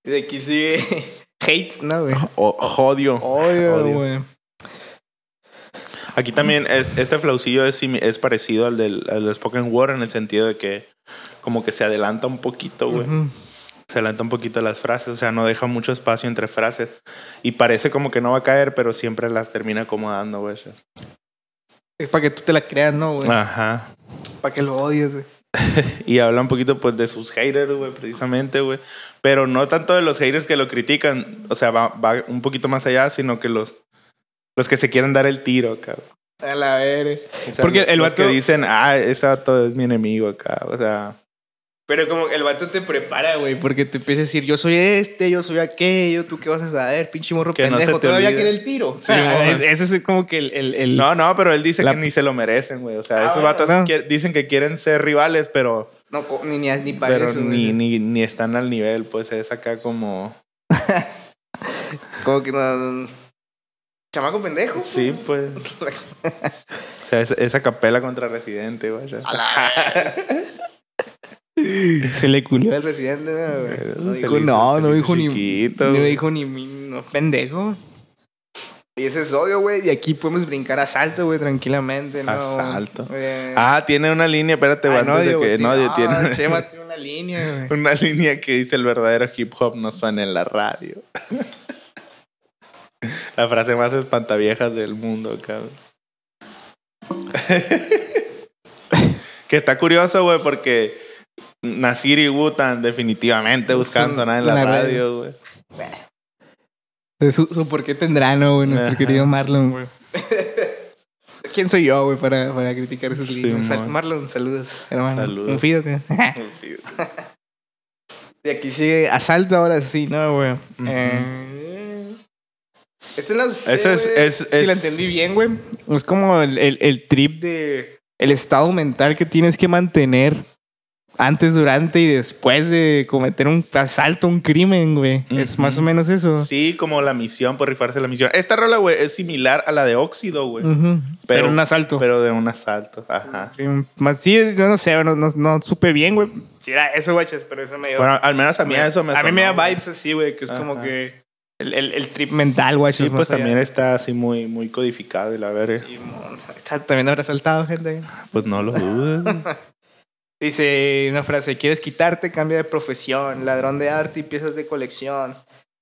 [SPEAKER 2] Y de aquí sigue hate, ¿no, güey?
[SPEAKER 1] O, odio. Odio.
[SPEAKER 2] güey.
[SPEAKER 1] Aquí también es- este flaucillo es, simi- es parecido al del, al del Spoken Word en el sentido de que como que se adelanta un poquito, güey.
[SPEAKER 2] Ujú.
[SPEAKER 1] Se adelanta un poquito las frases, o sea, no deja mucho espacio entre frases. Y parece como que no va a caer, pero siempre las termina acomodando, güey.
[SPEAKER 2] Es para que tú te la creas, ¿no, güey?
[SPEAKER 1] Ajá.
[SPEAKER 2] Para que lo odies, güey.
[SPEAKER 1] Y habla un poquito, pues, de sus haters, güey, precisamente, güey. Pero no tanto de los haters que lo critican. O sea, va, va un poquito más allá, sino que los, los que se quieren dar el tiro, cabrón.
[SPEAKER 2] A la verga.
[SPEAKER 1] O sea,
[SPEAKER 2] Porque
[SPEAKER 1] los-
[SPEAKER 2] el
[SPEAKER 1] los
[SPEAKER 2] vato-
[SPEAKER 1] que dicen, ah, ese vato es mi enemigo acá. O sea,
[SPEAKER 2] Pero como que el vato te prepara, güey, porque te empieza a decir, yo soy este, yo soy aquello, tú qué vas a saber, pinche morro
[SPEAKER 1] Que no
[SPEAKER 2] pendejo,
[SPEAKER 1] se te
[SPEAKER 2] todavía
[SPEAKER 1] olvide.
[SPEAKER 2] quiere el tiro.
[SPEAKER 1] Sí,
[SPEAKER 2] Ah,
[SPEAKER 1] mo.
[SPEAKER 2] es- ese es como que el... el, el-
[SPEAKER 1] no, no, pero él dice
[SPEAKER 2] La-
[SPEAKER 1] que ni se lo merecen, güey. O sea,
[SPEAKER 2] Ah,
[SPEAKER 1] esos
[SPEAKER 2] bueno,
[SPEAKER 1] vatos
[SPEAKER 2] no.
[SPEAKER 1] qui- dicen que quieren ser rivales, pero,
[SPEAKER 2] no, co- ni, ni, ni para
[SPEAKER 1] pero
[SPEAKER 2] eso,
[SPEAKER 1] ni,
[SPEAKER 2] güey.
[SPEAKER 1] ni, ni están al nivel. Pues es acá como.
[SPEAKER 2] Como que no- no... Chamaco pendejo.
[SPEAKER 1] Sí, pues. O sea, es- esa capela contra residente, güey.
[SPEAKER 2] A la- Se le culió al residente, ¿no, güey?
[SPEAKER 1] Pero
[SPEAKER 2] No
[SPEAKER 1] se
[SPEAKER 2] dijo,
[SPEAKER 1] le hizo-
[SPEAKER 2] no,
[SPEAKER 1] se
[SPEAKER 2] no
[SPEAKER 1] le hizo
[SPEAKER 2] dijo ni...
[SPEAKER 1] chiquito,
[SPEAKER 2] no
[SPEAKER 1] güey.
[SPEAKER 2] dijo ni... mi- No, pendejo. Y ese es odio, güey. Y aquí podemos brincar asalto, güey, tranquilamente. ¿no?
[SPEAKER 1] Asalto.
[SPEAKER 2] Eh,
[SPEAKER 1] Ah, tiene una línea, espérate,
[SPEAKER 2] Ay,
[SPEAKER 1] güey, antes de
[SPEAKER 2] Diego,
[SPEAKER 1] que
[SPEAKER 2] ti-
[SPEAKER 1] no, yo
[SPEAKER 2] ah,
[SPEAKER 1] tiene
[SPEAKER 2] Chema tiene una línea, güey.
[SPEAKER 1] una línea que dice el verdadero hip hop no suena en la radio. la frase más espantaviejas del mundo, cabrón. que está curioso, güey, porque Nasir y Wutan definitivamente buscan
[SPEAKER 2] Son-
[SPEAKER 1] sonar en la,
[SPEAKER 2] en la
[SPEAKER 1] radio, güey.
[SPEAKER 2] De Su, su por qué tendrá, ¿no, güey? Nuestro
[SPEAKER 1] Ajá.
[SPEAKER 2] querido Marlon, güey. ¿Quién soy yo, güey, para, para criticar sus
[SPEAKER 1] Sí,
[SPEAKER 2] líneas? Sal-
[SPEAKER 1] man.
[SPEAKER 2] Marlon, saludos, hermano.
[SPEAKER 1] Saludos.
[SPEAKER 2] Un fido, ¿qué? Eh. Y aquí sigue asalto ahora sí, ¿no, güey? Eh, Este no sé,
[SPEAKER 1] Eso es-
[SPEAKER 2] güey,
[SPEAKER 1] es-
[SPEAKER 2] si
[SPEAKER 1] es-
[SPEAKER 2] la entendí bien, güey. Es como el, el- el trip de... El estado mental que tienes que mantener antes, durante y después de cometer un asalto, un crimen, güey. Es
[SPEAKER 1] Ujú.
[SPEAKER 2] más o menos eso.
[SPEAKER 1] Sí, como la misión, por rifarse la misión. Esta rola, güey, es similar a la de Óxido, güey.
[SPEAKER 2] Ujú. Pero,
[SPEAKER 1] Pero-
[SPEAKER 2] un asalto.
[SPEAKER 1] Pero de un asalto, ajá.
[SPEAKER 2] Sí, más- sí, yo no sé, no, no, no supe bien, güey. Si era eso, guaches, pero eso me dio...
[SPEAKER 1] Bueno, al menos a mí eso me
[SPEAKER 2] a mí
[SPEAKER 1] sonó,
[SPEAKER 2] me da
[SPEAKER 1] güey.
[SPEAKER 2] vibes así, güey, que es como
[SPEAKER 1] Ajá.
[SPEAKER 2] que el, el- el trip mental, güey.
[SPEAKER 1] Sí, pues también está así muy, muy codificado y la verga.
[SPEAKER 2] Está, también habrá saltado gente.
[SPEAKER 1] Pues no lo dudes.
[SPEAKER 2] Dice una frase, ¿quieres quitarte? Cambia de profesión, ladrón de arte y piezas de colección.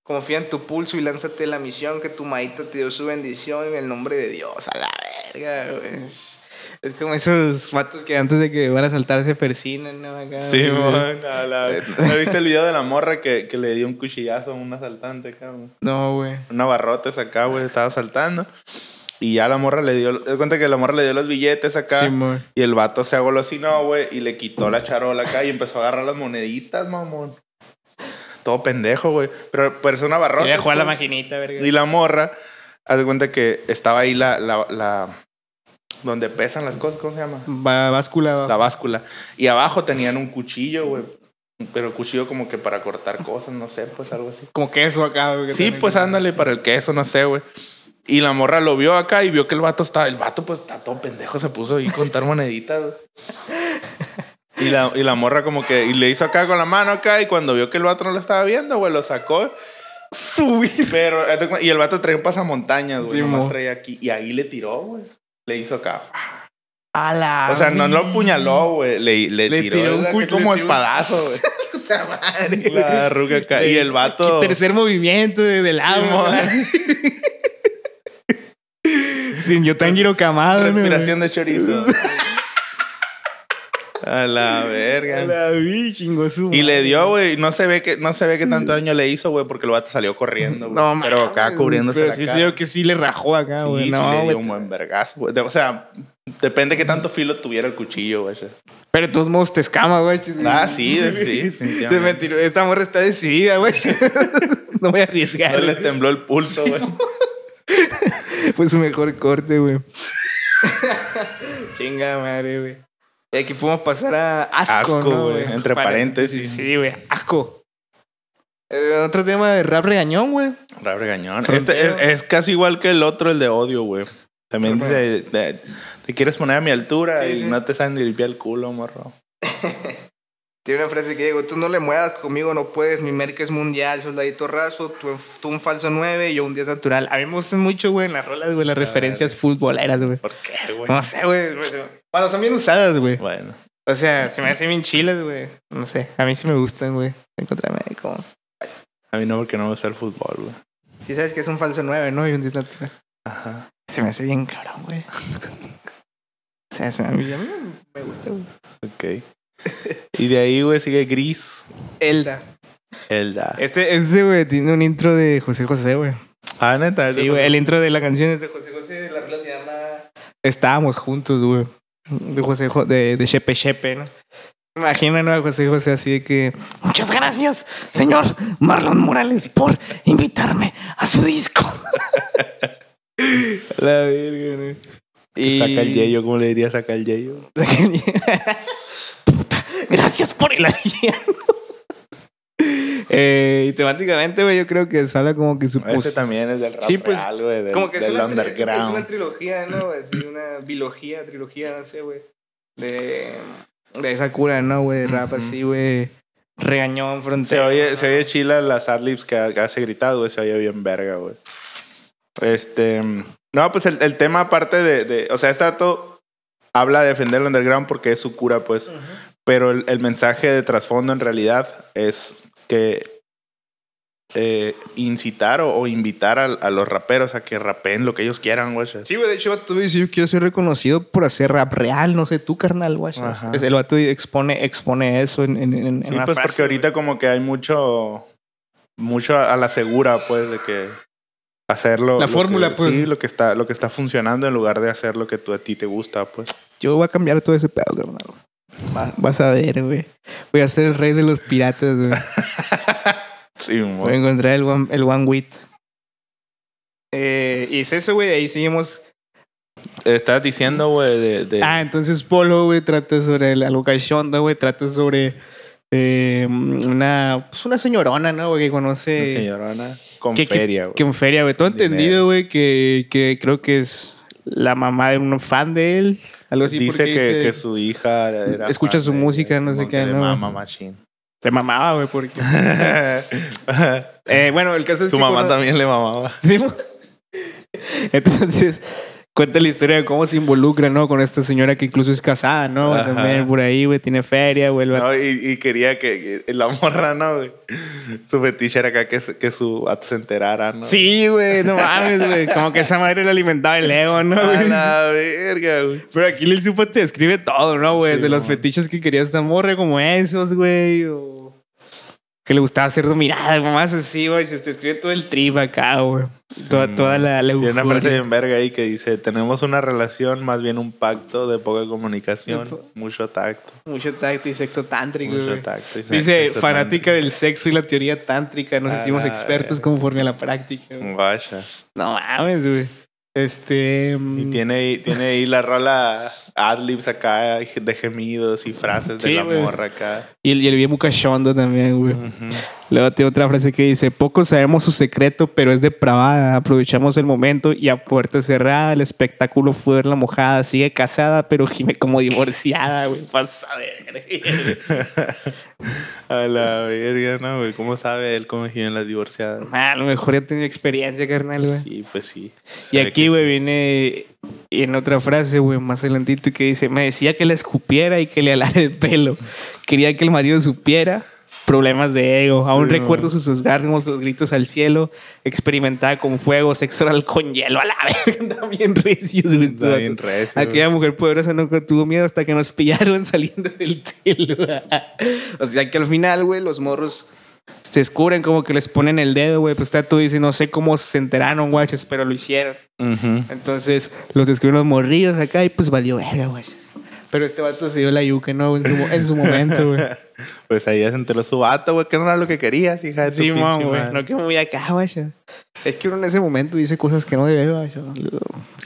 [SPEAKER 2] Confía en tu pulso y lánzate la misión que tu maíta te dio su bendición en el nombre de Dios. A la vez. verga, güey. Es como esos matos que antes de que van a saltar se persinan, ¿no? Acá,
[SPEAKER 1] Sí,
[SPEAKER 2] güey.
[SPEAKER 1] güey. no, la- ¿No viste el video de la morra que, que le dio un cuchillazo a un asaltante, cabrón?
[SPEAKER 2] No, güey.
[SPEAKER 1] una barrotes acá, güey, estaba saltando. Y ya la morra le dio, te cuenta que la morra le dio los billetes acá.
[SPEAKER 2] Simón.
[SPEAKER 1] y el vato se agolosinó, güey, y le quitó la charola acá y empezó a agarrar las moneditas, mamón. Todo pendejo, güey. Pero, pero es una barrota.
[SPEAKER 2] Quería jugar la
[SPEAKER 1] pues.
[SPEAKER 2] maquinita, verga.
[SPEAKER 1] Y la morra, haz de cuenta que estaba ahí la, la, la- donde pesan las cosas, ¿cómo se llama?
[SPEAKER 2] Va, báscula, va.
[SPEAKER 1] La báscula. Y abajo tenían un cuchillo, güey. Pero cuchillo como que para cortar cosas, no sé, pues algo así.
[SPEAKER 2] Como queso acá, güey. que
[SPEAKER 1] Sí,
[SPEAKER 2] tiene
[SPEAKER 1] pues
[SPEAKER 2] como-
[SPEAKER 1] ándale para el queso, no sé, güey. Y la morra lo vio acá y vio que el vato estaba, el vato pues está todo pendejo, se puso ahí a contar moneditas, güey. Y la, y la morra como que, y le hizo acá con la mano acá y cuando vio que el vato no lo estaba viendo, güey, lo sacó.
[SPEAKER 2] Subir.
[SPEAKER 1] Pero, y el vato traía un pasamontañas, güey,
[SPEAKER 2] Sí,
[SPEAKER 1] nomás
[SPEAKER 2] mo.
[SPEAKER 1] traía aquí. Y ahí le tiró, güey. Le hizo acá.
[SPEAKER 2] A la.
[SPEAKER 1] O sea, no lo apuñaló, güey. Le, le,
[SPEAKER 2] Ah, Le
[SPEAKER 1] tiró,
[SPEAKER 2] tiró un
[SPEAKER 1] o sea,
[SPEAKER 2] cuch-
[SPEAKER 1] que como
[SPEAKER 2] le tiró un-
[SPEAKER 1] espadazo, güey.
[SPEAKER 2] Puta madre.
[SPEAKER 1] La ruca acá. Y el vato.
[SPEAKER 2] Tercer movimiento de, del agua. Sin Yotanjiro Kamado. ¿no?
[SPEAKER 1] Respiración de chorizo. A la
[SPEAKER 2] A
[SPEAKER 1] verga.
[SPEAKER 2] la vi, chingo su
[SPEAKER 1] Y le
[SPEAKER 2] madre. Mm.
[SPEAKER 1] dio, güey, no se ve que no se ve que tanto daño le hizo, güey, porque el vato salió corriendo, güey.
[SPEAKER 2] No,
[SPEAKER 1] pero acá
[SPEAKER 2] mames,
[SPEAKER 1] cubriéndose
[SPEAKER 2] Pero
[SPEAKER 1] la
[SPEAKER 2] sí se
[SPEAKER 1] cara.
[SPEAKER 2] vio que sí le rajó acá,
[SPEAKER 1] Sí,
[SPEAKER 2] güey.
[SPEAKER 1] sí
[SPEAKER 2] no,
[SPEAKER 1] le dio
[SPEAKER 2] güey.
[SPEAKER 1] un buen vergazo, güey. De- O sea, depende qué tanto filo tuviera el cuchillo, güey.
[SPEAKER 2] Pero de todos modos te escama, güey.
[SPEAKER 1] Ah, sí, de- sí,
[SPEAKER 2] Se
[SPEAKER 1] definitivamente.
[SPEAKER 2] me tiró. Esta morra está decidida, güey. no voy a
[SPEAKER 1] No le
[SPEAKER 2] arriesgar.
[SPEAKER 1] tembló el pulso, güey.
[SPEAKER 2] Fue su mejor corte, güey. Chinga madre, güey. Y aquí podemos pasar a asco,
[SPEAKER 1] Asco,
[SPEAKER 2] ¿no,
[SPEAKER 1] güey? Entre paréntesis.
[SPEAKER 2] Sí, güey. Asco. Eh, otro tema de rap regañón, güey.
[SPEAKER 1] Rap regañón.
[SPEAKER 2] Fronteo.
[SPEAKER 1] Este es, es casi igual que el otro, el de odio, güey. También
[SPEAKER 2] Ajá.
[SPEAKER 1] dice, te, te quieres poner a mi altura
[SPEAKER 2] Sí,
[SPEAKER 1] y
[SPEAKER 2] sí.
[SPEAKER 1] no te saben ni limpiar el culo, morro.
[SPEAKER 2] Tiene una frase que digo, tú no le muevas conmigo, no puedes, mi merca es mundial, soldadito raso, tú, tú un falso 9, yo un 10 natural. A mí me gustan mucho, güey, en las rolas, güey, las referencias futboleras, güey. Pues
[SPEAKER 1] ¿Por qué, güey?
[SPEAKER 2] No sé, güey. güey. Bueno, son bien usadas, güey.
[SPEAKER 1] Ah, Bueno.
[SPEAKER 2] O sea, se me hacen bien chilas, güey. No sé, a mí sí me gustan, güey. Encontrarme ahí como...
[SPEAKER 1] A mí no, porque no me gusta el fútbol, güey.
[SPEAKER 2] Y sabes que es un falso 9, ¿no? Y un 10 natural.
[SPEAKER 1] Ajá.
[SPEAKER 2] Se me hace bien cabrón, güey. o sea, se me- a mí me gusta, güey.
[SPEAKER 1] Ok. y de ahí, güey, sigue Gris.
[SPEAKER 2] Elda.
[SPEAKER 1] Elda.
[SPEAKER 2] Este, este, güey, tiene un intro de José José, güey.
[SPEAKER 1] Ah, neta.
[SPEAKER 2] Sí, güey, el intro de la canción es de José José, la rola se llama Estábamos juntos, güey. De José Jo- de, de Shepe Shepe, ¿no? Imagina, ¿no? A José José así de que. Muchas gracias, señor Marlon Morales, por invitarme a su disco. la virgen, güey.
[SPEAKER 1] Que Saca el yeyo, ¿cómo le diría saca el yeyo?
[SPEAKER 2] Saca el ye- Puta, gracias por el aliento. Eh, y temáticamente, güey, yo creo que sale como que su
[SPEAKER 1] Este también es del rap
[SPEAKER 2] Pues, sí, pues,
[SPEAKER 1] real, güey. Del,
[SPEAKER 2] como que es
[SPEAKER 1] del
[SPEAKER 2] una, tri- es una
[SPEAKER 1] underground.
[SPEAKER 2] trilogía, ¿no? Así una bilogía, trilogía, no sé, güey. De, de esa cura, ¿no, güey? De rap así, güey. Regañón,
[SPEAKER 1] Se
[SPEAKER 2] fronteo.
[SPEAKER 1] oye,
[SPEAKER 2] ¿no?
[SPEAKER 1] se oye chila las adlibs que hace gritado, güey. Se oye bien verga, güey. Este. No, pues el, el tema aparte de, de- O sea, este dato habla de defender el underground porque es su cura, pues. Pero el, el mensaje de trasfondo en realidad es que. eh, incitar o, o invitar a, a los raperos a que rapeen lo que ellos quieran, güey.
[SPEAKER 2] Sí, güey, de hecho, tú dices, yo quiero ser reconocido por hacer rap real, no sé, tú, carnal, güey.
[SPEAKER 1] Ajá.
[SPEAKER 2] Pues el vato expone, expone eso en, en, en, en
[SPEAKER 1] Sí,
[SPEAKER 2] una
[SPEAKER 1] pues
[SPEAKER 2] frase,
[SPEAKER 1] porque ahorita como que hay mucho, mucho a la segura, pues, de que hacerlo.
[SPEAKER 2] La
[SPEAKER 1] lo
[SPEAKER 2] fórmula,
[SPEAKER 1] que-
[SPEAKER 2] pues.
[SPEAKER 1] Sí, lo que está, lo que está funcionando en lugar de hacer lo que tú, a ti te gusta, pues.
[SPEAKER 2] güey. Yo voy a cambiar todo ese pedo, carnal. Va- vas a ver, güey. Voy a ser el rey de los piratas, güey.
[SPEAKER 1] Sí, mo.
[SPEAKER 2] Voy a encontrar el One, el one Wit. Eh, y es eso, güey. Ahí seguimos.
[SPEAKER 1] Estabas diciendo, güey, de, de-
[SPEAKER 2] Ah, entonces Polo, güey, trata sobre el- algo cachondo, güey. Trata sobre eh, una, pues una señorona, ¿no? güey, que
[SPEAKER 1] de
[SPEAKER 2] conoce.
[SPEAKER 1] señorona con
[SPEAKER 2] eh, que, que-
[SPEAKER 1] feria, güey.
[SPEAKER 2] que en feria, güey. Todo
[SPEAKER 1] Dinero.
[SPEAKER 2] entendido, güey, que, que creo que es la mamá de un fan de él. Algo así.
[SPEAKER 1] Dice
[SPEAKER 2] porque
[SPEAKER 1] que,
[SPEAKER 2] dice-
[SPEAKER 1] que su hija era
[SPEAKER 2] Escucha
[SPEAKER 1] fan
[SPEAKER 2] su
[SPEAKER 1] de-
[SPEAKER 2] música, no sé
[SPEAKER 1] como
[SPEAKER 2] qué,
[SPEAKER 1] que le
[SPEAKER 2] ¿no?
[SPEAKER 1] mama machín.
[SPEAKER 2] Le mamaba, güey, porque. Eh, bueno, el caso es
[SPEAKER 1] su
[SPEAKER 2] que.
[SPEAKER 1] mamá
[SPEAKER 2] cono-
[SPEAKER 1] también le mamaba.
[SPEAKER 2] Sí. mo- Entonces, cuenta la historia de cómo se involucra, ¿no? Con esta señora que incluso es casada, ¿no?
[SPEAKER 1] Ajá.
[SPEAKER 2] También por ahí, güey, tiene feria, güey. el vato-
[SPEAKER 1] No, y, y quería que, que la morra, ¿no? güey? Su fetiche era acá que, se- que su vato se enterara, ¿no?
[SPEAKER 2] Sí, güey, no mames, güey. Como que esa madre le alimentaba el ego, ¿no?
[SPEAKER 1] A
[SPEAKER 2] güey?
[SPEAKER 1] Ah, la verga, güey.
[SPEAKER 2] Pero aquí Lil Supa te describe todo, ¿no, güey?
[SPEAKER 1] Sí,
[SPEAKER 2] de los
[SPEAKER 1] no.
[SPEAKER 2] fetiches que quería esta morra, como esos, güey. O que le gustaba hacer dominadas, mamás así, güey. Se te escribe todo el trip acá, güey. toda, toda la, la
[SPEAKER 1] Tiene una
[SPEAKER 2] euforia.
[SPEAKER 1] frase bien verga ahí que dice: Tenemos una relación, más bien un pacto de poca comunicación,
[SPEAKER 2] Ujú.
[SPEAKER 1] mucho tacto.
[SPEAKER 2] Mucho tacto y sexo tántrico,
[SPEAKER 1] Mucho
[SPEAKER 2] güey.
[SPEAKER 1] tacto y sexo
[SPEAKER 2] Dice,
[SPEAKER 1] tántrico.
[SPEAKER 2] fanática del sexo y la teoría tántrica. Nos
[SPEAKER 1] A
[SPEAKER 2] hicimos
[SPEAKER 1] la
[SPEAKER 2] expertos
[SPEAKER 1] verga.
[SPEAKER 2] conforme a la práctica, güey.
[SPEAKER 1] Guacha.
[SPEAKER 2] No mames, güey. Este...
[SPEAKER 1] Y
[SPEAKER 2] mm,
[SPEAKER 1] tiene, ahí- tiene ahí la rola adlibs acá de gemidos y frases de
[SPEAKER 2] Sí,
[SPEAKER 1] la
[SPEAKER 2] güey.
[SPEAKER 1] morra acá.
[SPEAKER 2] Y el, y el bien bucachondo también, güey.
[SPEAKER 1] Ujú.
[SPEAKER 2] Luego tiene otra frase que dice, pocos sabemos su secreto, pero es depravada. Aprovechamos el momento y a puerta cerrada el espectáculo fue verla mojada. Sigue casada, pero gime como divorciada, güey. Pasa de
[SPEAKER 1] A la verga, ¿no, güey? ¿Cómo sabe él cómo viven las divorciadas?
[SPEAKER 2] A lo mejor ya tenía experiencia, carnal, güey.
[SPEAKER 1] Sí, pues sí.
[SPEAKER 2] y
[SPEAKER 1] Se ve
[SPEAKER 2] aquí,
[SPEAKER 1] que
[SPEAKER 2] güey, viene en otra frase, güey, más adelantito, que dice, me decía que la escupiera y que le alara el pelo. Quería que el marido supiera. Problemas de ego. Aún
[SPEAKER 1] Sí, no.
[SPEAKER 2] recuerdo sus orgasmos, los gritos al cielo. Experimentada con fuego, sexo oral con hielo. A la verga, también recios, güey.
[SPEAKER 1] Está
[SPEAKER 2] estos
[SPEAKER 1] bien
[SPEAKER 2] vatos.
[SPEAKER 1] recio, güey.
[SPEAKER 2] Aquella mujer poderosa nunca tuvo miedo hasta que nos pillaron saliendo del telo. o sea que al final, güey, los morros se descubren como que les ponen el dedo, güey. Pues está tú dices, no sé cómo se enteraron, guaches, pero lo hicieron.
[SPEAKER 1] Ujú.
[SPEAKER 2] Entonces los describieron los morrillos acá y pues valió verga, guaches. Pero este vato se dio la yuca, ¿no? En su, mo- en su momento, güey.
[SPEAKER 1] Pues ahí ya se enteró su vato, güey, que no era lo que querías, hija de tu
[SPEAKER 2] Sí,
[SPEAKER 1] pinche
[SPEAKER 2] mam, güey.
[SPEAKER 1] madre.
[SPEAKER 2] No que me voy acá, guaches. Es que uno en ese momento dice cosas que no debe, guaches.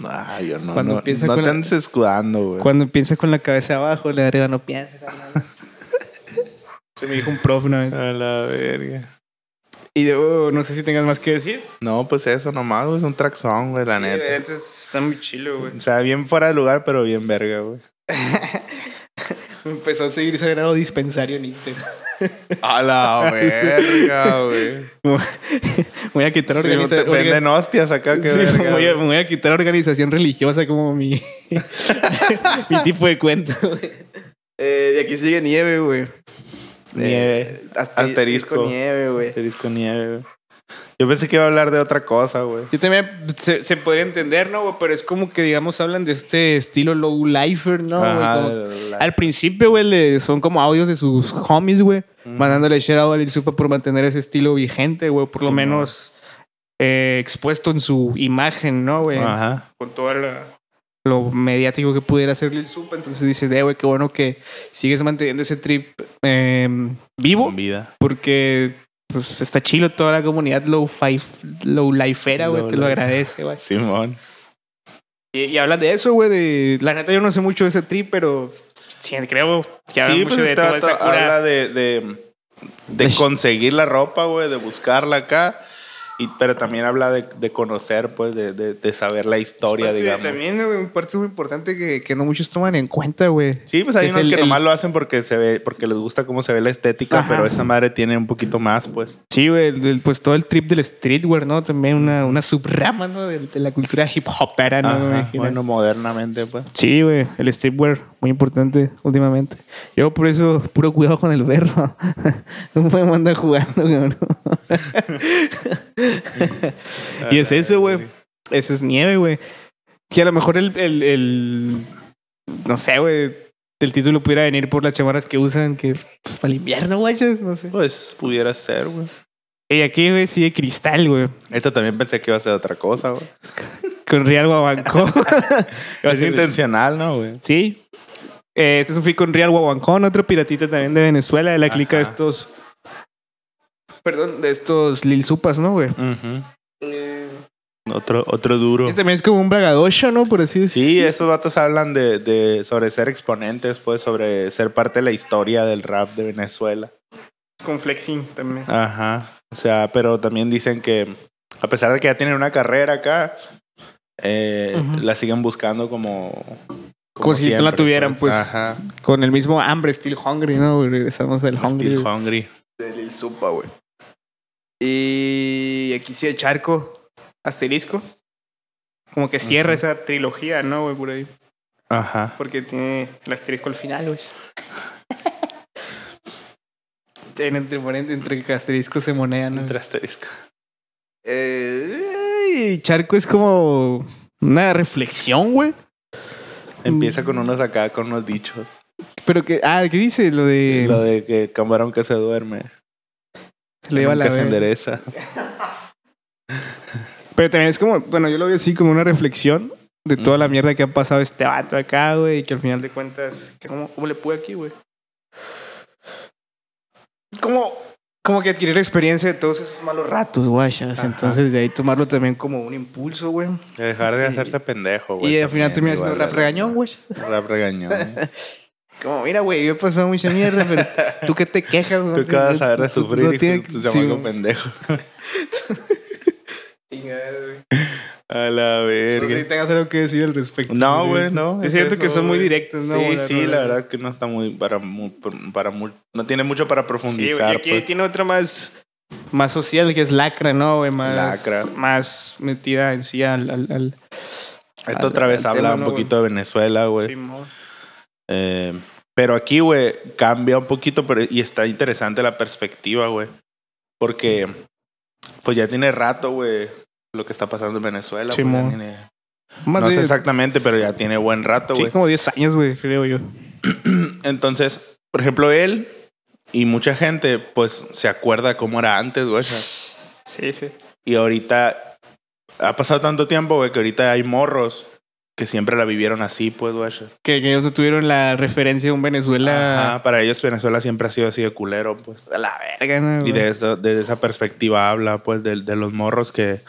[SPEAKER 1] Ah, yo no.
[SPEAKER 2] Cuando
[SPEAKER 1] no
[SPEAKER 2] empieza
[SPEAKER 1] no
[SPEAKER 2] con
[SPEAKER 1] te
[SPEAKER 2] la-
[SPEAKER 1] andes escudando, güey.
[SPEAKER 2] Cuando piensas con la cabeza abajo, la de arriba no piensa, carnal. Se me dijo un prof una vez.
[SPEAKER 1] A la verga.
[SPEAKER 2] Y yo oh, no sé si tengas más que decir.
[SPEAKER 1] No, pues eso nomás, güey. Es un traxón, güey, la neta.
[SPEAKER 2] Entonces está muy chilo, güey.
[SPEAKER 1] O sea, bien fuera de lugar, pero bien verga, güey.
[SPEAKER 2] Me empezó a seguir sagrado dispensario en Instagram.
[SPEAKER 1] A la verga, güey.
[SPEAKER 2] voy a quitar
[SPEAKER 1] Sí, no
[SPEAKER 2] organiza-
[SPEAKER 1] te venden
[SPEAKER 2] orga-
[SPEAKER 1] hostias acá, que
[SPEAKER 2] Sí,
[SPEAKER 1] verga.
[SPEAKER 2] voy, a,
[SPEAKER 1] güey.
[SPEAKER 2] me voy a quitar organización religiosa como mi, mi tipo de cuento. güey. Eh, de aquí sigue nieve, güey.
[SPEAKER 1] Nieve.
[SPEAKER 2] aster-
[SPEAKER 1] Asterisco.
[SPEAKER 2] Nieve, güey.
[SPEAKER 1] Asterisco nieve, güey. Yo pensé que iba a hablar de otra cosa, güey.
[SPEAKER 2] Yo también se, se podría entender, ¿no? güey? Pero es como que, digamos, hablan de este estilo low lifer, ¿no? güey?
[SPEAKER 1] Ajá,
[SPEAKER 2] Como-
[SPEAKER 1] de la-
[SPEAKER 2] Al principio, güey, le- son como audios de sus homies, güey, mandándole shout out a Lil Supa por mantener ese estilo vigente, güey, por lo
[SPEAKER 1] Sí,
[SPEAKER 2] menos eh, expuesto en su imagen, ¿no, güey?
[SPEAKER 1] Ajá.
[SPEAKER 2] Con todo la- lo mediático que pudiera hacer Lil Supa. Entonces dice, "Eh, güey, qué bueno que sigues manteniendo ese trip eh, vivo,
[SPEAKER 1] Con vida.
[SPEAKER 2] porque pues está chilo toda la comunidad low five, low lifera, güey,
[SPEAKER 1] Low
[SPEAKER 2] te lo
[SPEAKER 1] life.
[SPEAKER 2] agradece, güey.
[SPEAKER 1] Simón.
[SPEAKER 2] Y, y hablan de eso, güey, de... La neta, yo no sé mucho de ese trip, pero sí, creo que hablan
[SPEAKER 1] sí,
[SPEAKER 2] mucho
[SPEAKER 1] pues
[SPEAKER 2] de
[SPEAKER 1] este
[SPEAKER 2] toda esa
[SPEAKER 1] vato
[SPEAKER 2] cura.
[SPEAKER 1] habla de, de, de
[SPEAKER 2] De sh-
[SPEAKER 1] conseguir la ropa, güey, de buscarla acá. Y, pero también habla de, de conocer, pues, de, de, de saber la historia,
[SPEAKER 2] Parte de-
[SPEAKER 1] digamos.
[SPEAKER 2] Pues, También güey, un parte muy importante que, que no muchos toman en cuenta, güey.
[SPEAKER 1] Sí, pues hay
[SPEAKER 2] Es
[SPEAKER 1] unos
[SPEAKER 2] el-
[SPEAKER 1] que
[SPEAKER 2] el-
[SPEAKER 1] nomás lo hacen porque se ve, porque les gusta cómo se ve la estética,
[SPEAKER 2] Ajá.
[SPEAKER 1] pero esa madre tiene un poquito más, pues.
[SPEAKER 2] Sí, güey, el- el- pues todo el trip del streetwear, ¿no? También una, una subrama, ¿no? De, de la cultura hip hopera, ¿no?
[SPEAKER 1] Ajá,
[SPEAKER 2] Me imagino.
[SPEAKER 1] bueno, modernamente, pues.
[SPEAKER 2] Sí, güey, el streetwear, muy importante últimamente. Yo por eso, puro cuidado con el perro. No me manda jugando, cabrón. y es eso, güey. Eso es nieve, güey. Que a lo mejor el, el, el- no sé, güey, el título pudiera venir por las chamarras que usan, que pues, para el invierno, guachas, no sé.
[SPEAKER 1] Pues pudiera ser, güey.
[SPEAKER 2] Y aquí, güey, sigue cristal, güey,
[SPEAKER 1] Esta también pensé que iba a ser otra cosa, güey.
[SPEAKER 2] con Real Guabancó.
[SPEAKER 1] Es intencional, ¿no, güey?
[SPEAKER 2] Sí. Eh, este es un fui con Real Guabancón, otro piratita también de Venezuela, de la clica de
[SPEAKER 1] Ajá.
[SPEAKER 2] estos. Perdón, de estos Lil Supas, ¿no, güey?
[SPEAKER 1] Otro, otro duro.
[SPEAKER 2] Este también es como un bragadocho, ¿no? Por así decirlo.
[SPEAKER 1] Sí, esos vatos hablan de, de- sobre ser exponentes, pues, sobre ser parte de la historia del rap de Venezuela.
[SPEAKER 2] Con flexing también.
[SPEAKER 1] Ajá. O sea, pero también dicen que a pesar de que ya tienen una carrera acá, eh,
[SPEAKER 2] Ujú.
[SPEAKER 1] la siguen buscando como...
[SPEAKER 2] Como si no la tuvieran, pues.
[SPEAKER 1] Ajá.
[SPEAKER 2] Con el mismo hambre, Still Hungry, ¿no? güey? Regresamos del Hungry.
[SPEAKER 1] Still
[SPEAKER 2] güey.
[SPEAKER 1] hungry.
[SPEAKER 2] de Lil Supa, güey. Y aquí sí hay charco. Asterisco. Como que cierra esa trilogía, ¿no, güey? Por ahí.
[SPEAKER 1] Ajá.
[SPEAKER 2] Porque tiene el asterisco al final, güey. En entre, entre que asterisco se monean, ¿no?
[SPEAKER 1] Entre asterisco.
[SPEAKER 2] Eh, y Charco es como una reflexión, güey. Mm.
[SPEAKER 1] Empieza con unos acá, con unos dichos.
[SPEAKER 2] Pero que, ah, ¿qué dice? Lo de.
[SPEAKER 1] Lo de que camarón que se duerme.
[SPEAKER 2] se le iba a la
[SPEAKER 1] nunca se
[SPEAKER 2] verga.
[SPEAKER 1] endereza.
[SPEAKER 2] Pero también es como, bueno, yo lo veo así como una reflexión de toda la mierda que ha pasado este vato acá, güey, y que al final de cuentas, que ¿cómo, cómo le pude aquí, güey? Como, como que adquirir experiencia de todos esos malos ratos, guachas.
[SPEAKER 1] Ajá.
[SPEAKER 2] Entonces, de ahí tomarlo también como un impulso, güey.
[SPEAKER 1] De Dejar de
[SPEAKER 2] Y-
[SPEAKER 1] hacerse pendejo, güey.
[SPEAKER 2] Y al final
[SPEAKER 1] también,
[SPEAKER 2] termina siendo
[SPEAKER 1] igual,
[SPEAKER 2] rap
[SPEAKER 1] la-
[SPEAKER 2] regañón, güey.
[SPEAKER 1] Rap regañón.
[SPEAKER 2] Como, mira, güey, yo he pasado mucha mierda, pero tú que te quejas, güey.
[SPEAKER 1] Tú que vas a saber de
[SPEAKER 2] Tú- tú-
[SPEAKER 1] sufrir
[SPEAKER 2] no
[SPEAKER 1] y
[SPEAKER 2] tienes-
[SPEAKER 1] tú- tú
[SPEAKER 2] sí,
[SPEAKER 1] chamaco
[SPEAKER 2] güey.
[SPEAKER 1] pendejo.
[SPEAKER 2] Chingada, güey.
[SPEAKER 1] A la
[SPEAKER 2] No sé si
[SPEAKER 1] verga.
[SPEAKER 2] tengas algo que decir al respecto.
[SPEAKER 1] No, güey, no.
[SPEAKER 2] Es cierto
[SPEAKER 1] eso,
[SPEAKER 2] que son muy
[SPEAKER 1] güey.
[SPEAKER 2] directos, ¿no?
[SPEAKER 1] Sí,
[SPEAKER 2] güey,
[SPEAKER 1] sí, la verdad es que no está muy para mu- para mu- no tiene mucho para
[SPEAKER 2] Sí, güey. y
[SPEAKER 1] profundizar.
[SPEAKER 2] aquí
[SPEAKER 1] pues.
[SPEAKER 2] tiene otra más, más social que es lacra, ¿no, güey? Más,
[SPEAKER 1] Lacra.
[SPEAKER 2] Más metida en sí al. al, al
[SPEAKER 1] Esto otra vez
[SPEAKER 2] al
[SPEAKER 1] habla
[SPEAKER 2] tema,
[SPEAKER 1] un
[SPEAKER 2] ¿no,
[SPEAKER 1] poquito de Venezuela, güey.
[SPEAKER 2] Simón.
[SPEAKER 1] Eh, pero aquí, güey, cambia un poquito pero, y está interesante la perspectiva, güey. Porque, pues ya tiene rato, güey, lo que está pasando en Venezuela.
[SPEAKER 2] Sí,
[SPEAKER 1] güey, ya
[SPEAKER 2] mo.
[SPEAKER 1] tiene-
[SPEAKER 2] Más
[SPEAKER 1] no
[SPEAKER 2] de.
[SPEAKER 1] sé exactamente, pero ya tiene buen rato,
[SPEAKER 2] sí,
[SPEAKER 1] güey.
[SPEAKER 2] como 10 años, güey, creo yo.
[SPEAKER 1] Entonces, por ejemplo, él y mucha gente, pues se acuerda cómo era antes, güey.
[SPEAKER 2] Sí, sí.
[SPEAKER 1] Y ahorita ha pasado tanto tiempo, güey, que ahorita hay morros que siempre la vivieron así, pues, güey.
[SPEAKER 2] Que, que ellos tuvieron la referencia de un Venezuela.
[SPEAKER 1] Ajá, para ellos Venezuela siempre ha sido así de culero, pues.
[SPEAKER 2] A la verga, ¿no?
[SPEAKER 1] Y
[SPEAKER 2] güey?
[SPEAKER 1] de eso, desde esa perspectiva habla, pues, de, de los morros que,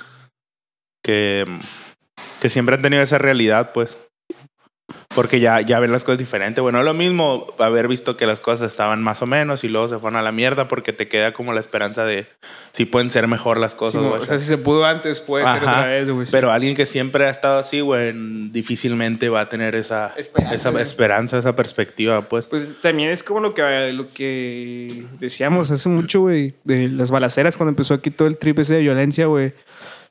[SPEAKER 1] que, que siempre han tenido esa realidad, pues. Porque ya, ya ven las cosas diferentes. Bueno, lo mismo haber visto que las cosas estaban más o menos y luego se fueron a la mierda porque te queda como la esperanza de si pueden ser mejor las
[SPEAKER 2] Sí,
[SPEAKER 1] cosas,
[SPEAKER 2] mo-
[SPEAKER 1] güey.
[SPEAKER 2] o sea, si se pudo antes, puede ser
[SPEAKER 1] Ajá,
[SPEAKER 2] otra vez, güey. sí.
[SPEAKER 1] Pero alguien que siempre ha estado así, güey, difícilmente va a tener esa
[SPEAKER 2] Esperanza,
[SPEAKER 1] esa
[SPEAKER 2] güey.
[SPEAKER 1] esperanza, esa perspectiva, pues.
[SPEAKER 2] Pues también es como lo que, lo que decíamos hace mucho, güey, de las balaceras cuando empezó aquí todo el trip ese de violencia, güey.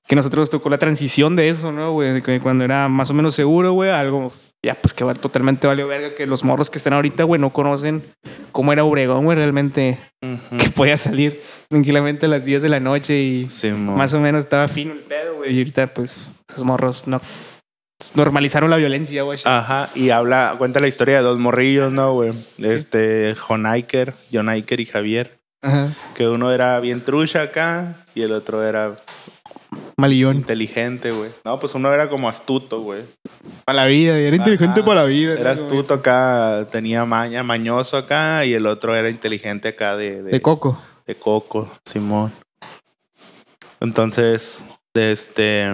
[SPEAKER 2] Que nosotros nos tocó la transición de eso, ¿no, güey? De que cuando era más o menos seguro, güey, algo ya pues que va totalmente valió verga que los morros que están ahorita, güey, no conocen cómo era Obregón, güey, realmente
[SPEAKER 1] Mm.
[SPEAKER 2] que podía salir tranquilamente a las 10 de la noche y
[SPEAKER 1] Simón.
[SPEAKER 2] más o menos estaba fino el pedo, güey. Y ahorita pues esos morros no normalizaron la violencia, güey.
[SPEAKER 1] Ajá, y habla, cuenta la historia de dos morrillos, ¿no, güey? Este, John Iker, John Iker y Javier.
[SPEAKER 2] Ajá.
[SPEAKER 1] Que uno era bien trucha acá y el otro era
[SPEAKER 2] Malillón.
[SPEAKER 1] inteligente, güey. No, pues uno era como astuto, güey.
[SPEAKER 2] Para la vida, era inteligente
[SPEAKER 1] Ajá.
[SPEAKER 2] para la vida.
[SPEAKER 1] Era
[SPEAKER 2] ¿no? Este,
[SPEAKER 1] astuto acá, tenía maña, mañoso acá y el otro era inteligente acá de, de-
[SPEAKER 2] De coco.
[SPEAKER 1] de Coco, Simón. Entonces, este.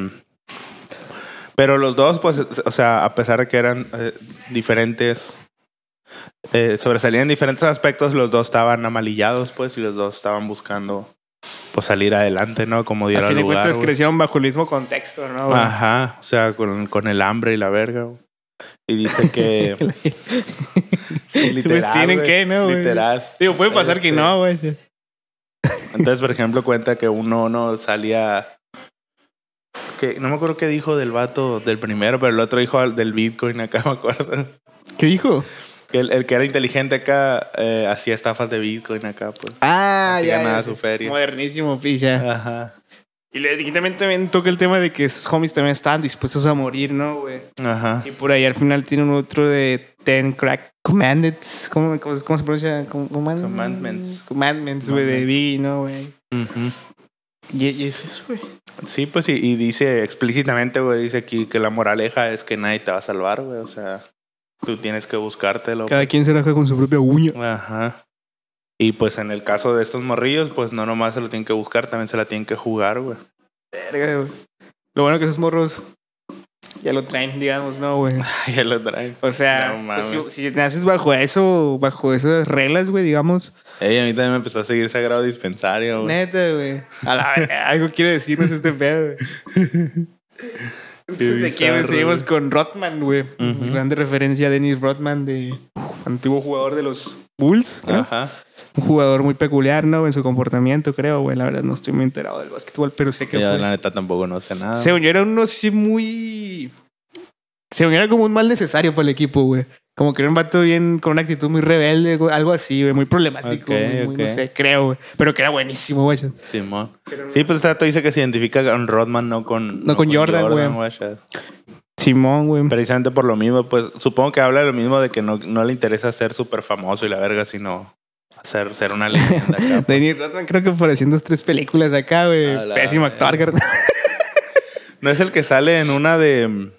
[SPEAKER 1] Pero los dos, pues, o sea, a pesar de que eran eh, diferentes, eh, sobresalían en diferentes aspectos, los dos estaban amalillados, pues, y los dos estaban buscando, pues, salir adelante, ¿no? Como
[SPEAKER 2] Al
[SPEAKER 1] diera
[SPEAKER 2] fin de
[SPEAKER 1] lugar.
[SPEAKER 2] cuentas
[SPEAKER 1] güey.
[SPEAKER 2] crecieron bajo el mismo contexto, ¿no? güey?
[SPEAKER 1] Ajá, o sea, con, con el hambre y la verga. güey. Y dice que. Sí, literal,
[SPEAKER 2] Pues tienen
[SPEAKER 1] güey,
[SPEAKER 2] que, ¿no, güey?
[SPEAKER 1] Literal.
[SPEAKER 2] Digo, puede pasar que
[SPEAKER 1] Este-
[SPEAKER 2] no, güey.
[SPEAKER 1] Entonces, por ejemplo, cuenta que uno no salía. Que, no me acuerdo qué dijo del vato del primero, pero el otro dijo al- del Bitcoin acá, me acuerdo.
[SPEAKER 2] ¿Qué dijo?
[SPEAKER 1] Que el, el que era inteligente acá eh, hacía estafas de Bitcoin acá, pues.
[SPEAKER 2] Ah,
[SPEAKER 1] Así ganaba su feria.
[SPEAKER 2] Modernísimo, picha.
[SPEAKER 1] Ajá.
[SPEAKER 2] Y le- y también, también toca el tema de que esos homies también estaban dispuestos a morir, ¿no, güey?
[SPEAKER 1] Ajá.
[SPEAKER 2] Y por ahí al final tienen otro de Ten Crack Commandments. ¿Cómo, cómo, cómo se pronuncia? Com- command-
[SPEAKER 1] Commandments.
[SPEAKER 2] Commandments, güey, de
[SPEAKER 1] Commandments.
[SPEAKER 2] B, ¿no, güey?
[SPEAKER 1] Ujú.
[SPEAKER 2] Y, y es eso, güey.
[SPEAKER 1] Sí, pues, y, y dice explícitamente, güey, dice aquí que la moraleja es que nadie te va a salvar, güey. O sea, tú tienes que buscártelo.
[SPEAKER 2] Cada quien se raja con su propia uña.
[SPEAKER 1] Ajá. Y pues en el caso de estos morrillos, pues no nomás se lo tienen que buscar, también se la tienen que jugar, güey.
[SPEAKER 2] Verga, güey. Lo bueno que esos morros ya lo traen, digamos, ¿no, güey?
[SPEAKER 1] Ya lo traen.
[SPEAKER 2] O sea,
[SPEAKER 1] No
[SPEAKER 2] pues,
[SPEAKER 1] mames.
[SPEAKER 2] si, si naces bajo eso, bajo esas reglas, güey, digamos.
[SPEAKER 1] Ey, a mí también me empezó a seguir Sagrado Dispensario, güey.
[SPEAKER 2] Neta, güey. A la verga, algo quiere decirnos este pedo, güey. Entonces aquí
[SPEAKER 1] bizarro,
[SPEAKER 2] güey, seguimos
[SPEAKER 1] güey.
[SPEAKER 2] con Rotman, güey.
[SPEAKER 1] Ujú.
[SPEAKER 2] Grande referencia a Dennis Rotman, de antiguo jugador de los
[SPEAKER 1] Ah.
[SPEAKER 2] Bulls, creo.
[SPEAKER 1] Ajá.
[SPEAKER 2] Un jugador muy peculiar, ¿no? En su comportamiento, creo, güey. La verdad, no estoy muy enterado del básquetbol, pero sé que
[SPEAKER 1] Yo,
[SPEAKER 2] fue.
[SPEAKER 1] la neta, tampoco no sé nada.
[SPEAKER 2] Según yo, era uno así muy. Según yo, era como un mal necesario para el equipo, güey. Como que era un vato bien, con una actitud muy rebelde, güey, algo así, güey, muy problemático,
[SPEAKER 1] Ok,
[SPEAKER 2] muy, muy,
[SPEAKER 1] ok.
[SPEAKER 2] no sé, creo, güey. Pero que era buenísimo, güey.
[SPEAKER 1] Simón.
[SPEAKER 2] Pero-
[SPEAKER 1] Sí, pues Tato dice que se identifica con Rodman, no con,
[SPEAKER 2] No con Jordan,
[SPEAKER 1] güey, ya.
[SPEAKER 2] Simón, güey.
[SPEAKER 1] Precisamente por lo mismo, pues supongo que habla de lo mismo de que no, no le interesa ser súper famoso y la verga, sino hacer, ser una leyenda. acá. pues.
[SPEAKER 2] Dennis Rodman creo que apareció en dos, tres películas acá,
[SPEAKER 1] A
[SPEAKER 2] güey.
[SPEAKER 1] la
[SPEAKER 2] Pésimo actor,
[SPEAKER 1] verga.
[SPEAKER 2] carnal.
[SPEAKER 1] no es el que sale en una de.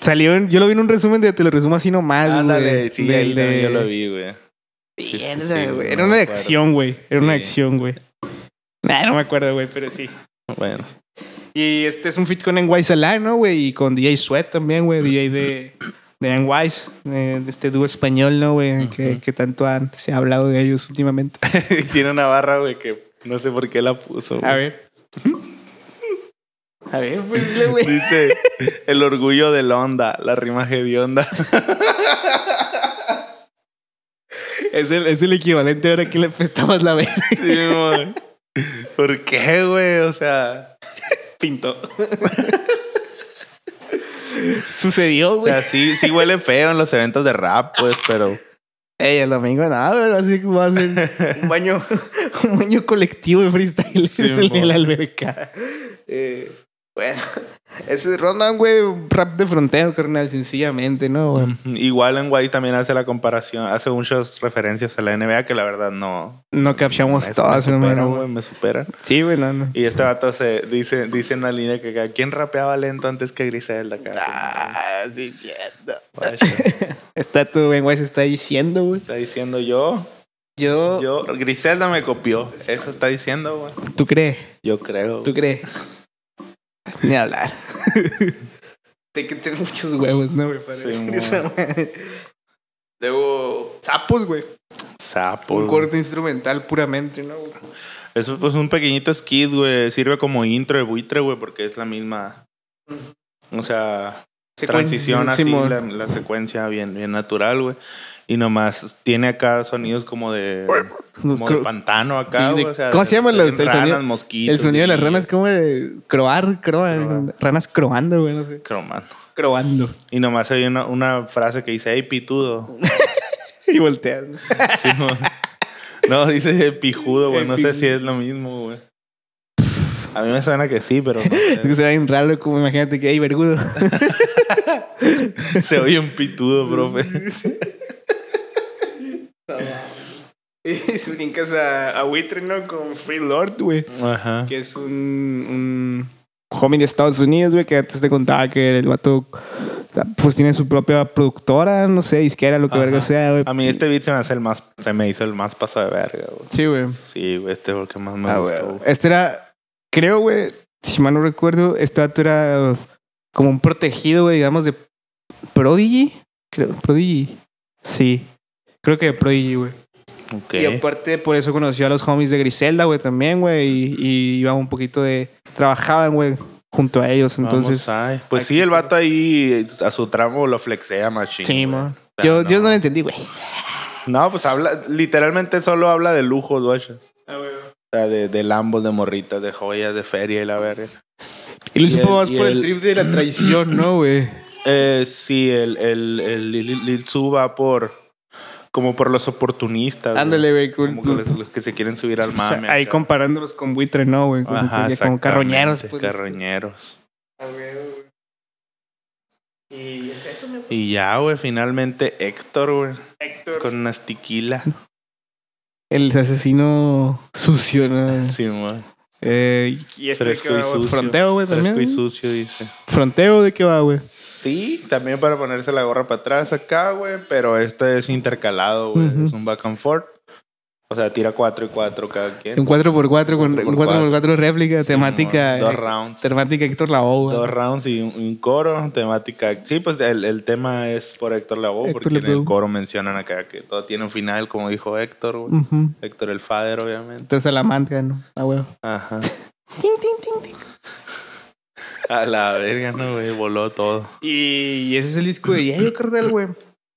[SPEAKER 2] Salió en- yo lo vi en un resumen de te lo resumo así nomás, Ah, güey.
[SPEAKER 1] Ándale, sí,
[SPEAKER 2] Del
[SPEAKER 1] ahí
[SPEAKER 2] de-
[SPEAKER 1] también yo lo vi, güey. sí,
[SPEAKER 2] Mierda,
[SPEAKER 1] sí,
[SPEAKER 2] güey.
[SPEAKER 1] no
[SPEAKER 2] Era
[SPEAKER 1] me
[SPEAKER 2] una de
[SPEAKER 1] acuerdo.
[SPEAKER 2] acción, güey. Era una de
[SPEAKER 1] Sí.
[SPEAKER 2] acción, güey. Nah, no me acuerdo, güey, pero sí.
[SPEAKER 1] Bueno,
[SPEAKER 2] Y este es un fit con NY Salah, ¿no, güey? Y con DJ Sweat también, güey. DJ de, de NY, eh, de este dúo español, ¿no, güey? que, que tanto han, se ha hablado de ellos últimamente.
[SPEAKER 1] Y tiene una barra, güey, que no sé por qué la puso. güey.
[SPEAKER 2] A ver. A ver, pues, dile, güey.
[SPEAKER 1] Dice el orgullo del onda, la rima hedionda.
[SPEAKER 2] Es el, es el equivalente ahora que le prestabas la verga.
[SPEAKER 1] Sí, güey. ¿Por qué, güey? O sea,
[SPEAKER 2] Pintó. Sucedió,
[SPEAKER 1] o
[SPEAKER 2] güey.
[SPEAKER 1] sea, sí, sí huele feo en los eventos de rap, pues, pero.
[SPEAKER 2] Ey, el domingo nada, güey. Así que va a ser un baño, un baño colectivo de freestyle
[SPEAKER 1] Sí,
[SPEAKER 2] en,
[SPEAKER 1] mon.
[SPEAKER 2] la alberca. Eh, bueno, ese es Rondan, güey, un rap de fronteo, carnal, sencillamente, ¿no? güey?
[SPEAKER 1] Igual en Guay también hace la comparación, hace muchas referencias a la NBA que la verdad no.
[SPEAKER 2] No captamos
[SPEAKER 1] me-
[SPEAKER 2] todas,
[SPEAKER 1] me superan,
[SPEAKER 2] hermano.
[SPEAKER 1] güey, me superan.
[SPEAKER 2] Sí, güey, no, no.
[SPEAKER 1] Y este vato se dice, dice en la línea que acá, ¿quién rapeaba lento antes que Griselda? acá?
[SPEAKER 2] Ah, sí, es cierto.
[SPEAKER 1] Guacha.
[SPEAKER 2] Está tu Ben güey, se está diciendo, güey.
[SPEAKER 1] Está diciendo yo,
[SPEAKER 2] Yo,
[SPEAKER 1] yo, Griselda me copió. Eso está diciendo, güey.
[SPEAKER 2] ¿Tú crees?
[SPEAKER 1] Yo creo.
[SPEAKER 2] ¿Tú crees? Ni hablar. Hay que tener muchos huevos, ¿no, güey? Para
[SPEAKER 1] Sí,
[SPEAKER 2] decir
[SPEAKER 1] mo.
[SPEAKER 2] esa madre. Luego, sapos, güey.
[SPEAKER 1] Sapo.
[SPEAKER 2] Un
[SPEAKER 1] güey.
[SPEAKER 2] corto instrumental puramente, ¿no? güey?
[SPEAKER 1] Es pues un pequeñito skit, güey. Sirve como intro de buitre, güey, porque es la misma. O sea, transición así,
[SPEAKER 2] Simón.
[SPEAKER 1] la, la secuencia bien, bien natural, güey. Y nomás tiene acá sonidos como de.
[SPEAKER 2] Los
[SPEAKER 1] Como de
[SPEAKER 2] cro-
[SPEAKER 1] pantano acá,
[SPEAKER 2] Sí, de-
[SPEAKER 1] güey, o sea,
[SPEAKER 2] ¿cómo se llaman los- el
[SPEAKER 1] ranas,
[SPEAKER 2] sonido?
[SPEAKER 1] mosquitos,
[SPEAKER 2] el sonido de las
[SPEAKER 1] y-
[SPEAKER 2] ranas, como de croar, croa,
[SPEAKER 1] Croar.
[SPEAKER 2] ranas croando, güey, no sé.
[SPEAKER 1] Cromano.
[SPEAKER 2] Croando.
[SPEAKER 1] Y nomás hay una, una frase que dice, hey, pitudo.
[SPEAKER 2] Y volteas. ¿no?
[SPEAKER 1] Sí, güey. no, dice pijudo, güey.
[SPEAKER 2] El
[SPEAKER 1] No sé
[SPEAKER 2] pijudo.
[SPEAKER 1] si es lo mismo, güey. A mí me suena que sí, pero no
[SPEAKER 2] Es que
[SPEAKER 1] sé.
[SPEAKER 2] será bien raro, como imagínate que hay vergudo.
[SPEAKER 1] Se oye un pitudo, profe.
[SPEAKER 2] y si brincas a, a Buitre, ¿no? Con Free Lord, güey.
[SPEAKER 1] Ajá.
[SPEAKER 2] que es un, un homie de Estados Unidos, güey, que antes te contaba que el vato pues tiene su propia productora, no sé, disquera, lo que
[SPEAKER 1] Ajá.
[SPEAKER 2] verga sea, güey.
[SPEAKER 1] A mí este beat se me hace el más, se me hizo el más paso de verga, güey.
[SPEAKER 2] Sí, güey.
[SPEAKER 1] Sí, güey, este fue el que más me
[SPEAKER 2] Ah,
[SPEAKER 1] gustó.
[SPEAKER 2] güey.
[SPEAKER 1] güey.
[SPEAKER 2] Este era, creo, güey, si mal no recuerdo, este vato era como un protegido, güey, digamos, de Prodigy. Creo, Prodigy. Sí. Creo que de Prodigy, güey. pues,
[SPEAKER 1] Ok.
[SPEAKER 2] Y aparte, por eso conoció a los homies de Griselda, güey, también, güey. Y, y iba un poquito de. Trabajaban, güey, junto a ellos.
[SPEAKER 1] Vamos
[SPEAKER 2] Entonces.
[SPEAKER 1] ahí. Pues
[SPEAKER 2] aquí-
[SPEAKER 1] sí, el vato ahí a su tramo lo flexea, machín.
[SPEAKER 2] Sí,
[SPEAKER 1] güey.
[SPEAKER 2] mo.
[SPEAKER 1] O sea,
[SPEAKER 2] Yo, yo no lo entendí, güey.
[SPEAKER 1] No, pues habla, literalmente solo habla de lujos, güey. O
[SPEAKER 2] Ah,
[SPEAKER 1] sea, de, de lambos, de morritas, de joyas, de feria y la verga.
[SPEAKER 2] Y lo
[SPEAKER 1] Y
[SPEAKER 2] hizo
[SPEAKER 1] el-
[SPEAKER 2] más
[SPEAKER 1] y
[SPEAKER 2] por el,
[SPEAKER 1] el-
[SPEAKER 2] trip de la traición, ¿no, güey?
[SPEAKER 1] Eh, sí, el, el, el Lil Lil Su va por. Como por los oportunistas. güey.
[SPEAKER 2] Ándale, güey. con-
[SPEAKER 1] Como que los, los que se quieren subir al
[SPEAKER 2] o sea,
[SPEAKER 1] mame.
[SPEAKER 2] ahí
[SPEAKER 1] acá.
[SPEAKER 2] comparándolos con buitre, ¿no, güey? Con,
[SPEAKER 1] Ajá,
[SPEAKER 2] con- con
[SPEAKER 1] exactamente,
[SPEAKER 2] carroñeros. Pues,
[SPEAKER 1] Carroñeros.
[SPEAKER 2] Ah, güey, güey. Y eso me
[SPEAKER 1] Y ya, güey, finalmente Héctor, güey.
[SPEAKER 2] Héctor.
[SPEAKER 1] Con unas tiquila.
[SPEAKER 2] El asesino sucio, ¿no?
[SPEAKER 1] Sí, güey.
[SPEAKER 2] Eh, y este de
[SPEAKER 1] Fresco
[SPEAKER 2] qué
[SPEAKER 1] y
[SPEAKER 2] va, güey?
[SPEAKER 1] sucio.
[SPEAKER 2] Fronteo, güey, también.
[SPEAKER 1] Fresco y sucio, dice.
[SPEAKER 2] Fronteo de qué va, güey.
[SPEAKER 1] Sí, también para ponerse la gorra para atrás acá, güey. Pero este es intercalado, güey.
[SPEAKER 2] Ujú.
[SPEAKER 1] Es un back and forth. O sea, tira 4 y 4 cada
[SPEAKER 2] Un
[SPEAKER 1] quien.
[SPEAKER 2] 4x4 con
[SPEAKER 1] Cuatro por
[SPEAKER 2] un 4x4 réplica, temática.
[SPEAKER 1] Dos
[SPEAKER 2] eh,
[SPEAKER 1] rounds.
[SPEAKER 2] Temática Héctor Lao, güey.
[SPEAKER 1] Dos rounds y un, un coro, temática. Sí, pues el, el tema es por Héctor Lavoe,
[SPEAKER 2] Héctor
[SPEAKER 1] porque en el
[SPEAKER 2] Lavoe.
[SPEAKER 1] coro mencionan acá que todo tiene un final, como dijo Héctor, güey.
[SPEAKER 2] Ujú.
[SPEAKER 1] Héctor el Fader, obviamente.
[SPEAKER 2] Entonces Salamanca, ¿no? Ah, güey.
[SPEAKER 1] Ajá.
[SPEAKER 2] Tin, tin, tin, tin.
[SPEAKER 1] A la verga, no, güey, voló todo.
[SPEAKER 2] Y ese es el disco de Yayo, carnal, güey.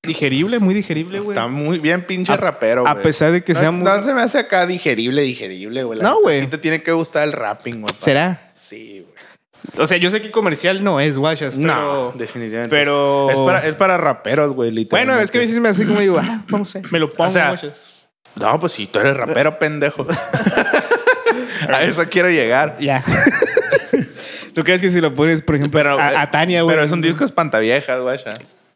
[SPEAKER 2] digerible, muy digerible, güey.
[SPEAKER 1] Está muy bien pinche
[SPEAKER 2] A-
[SPEAKER 1] rapero,
[SPEAKER 2] A
[SPEAKER 1] güey.
[SPEAKER 2] pesar de que
[SPEAKER 1] no,
[SPEAKER 2] sea
[SPEAKER 1] es-
[SPEAKER 2] muy.
[SPEAKER 1] no se me hace acá digerible, digerible, güey. La
[SPEAKER 2] No,
[SPEAKER 1] neta,
[SPEAKER 2] güey.
[SPEAKER 1] Sí te tiene que gustar el rapping, güey. pa-
[SPEAKER 2] ¿Será?
[SPEAKER 1] Sí, güey.
[SPEAKER 2] O sea, yo sé que comercial no es, guachas, pero.
[SPEAKER 1] No, definitivamente.
[SPEAKER 2] pero-
[SPEAKER 1] Es para, es para raperos, güey, literalmente.
[SPEAKER 2] Bueno, es que a veces me hace como digo, ah, no sé, me lo pongo.
[SPEAKER 1] sea,
[SPEAKER 2] guachas.
[SPEAKER 1] No, pues si tú eres rapero, pendejo. a eso quiero llegar.
[SPEAKER 2] ya. ¿Tú crees que si lo pones, por ejemplo,
[SPEAKER 1] Pero, eh,
[SPEAKER 2] a, a Tania, güey?
[SPEAKER 1] Pero es un disco espantaviejas, güey.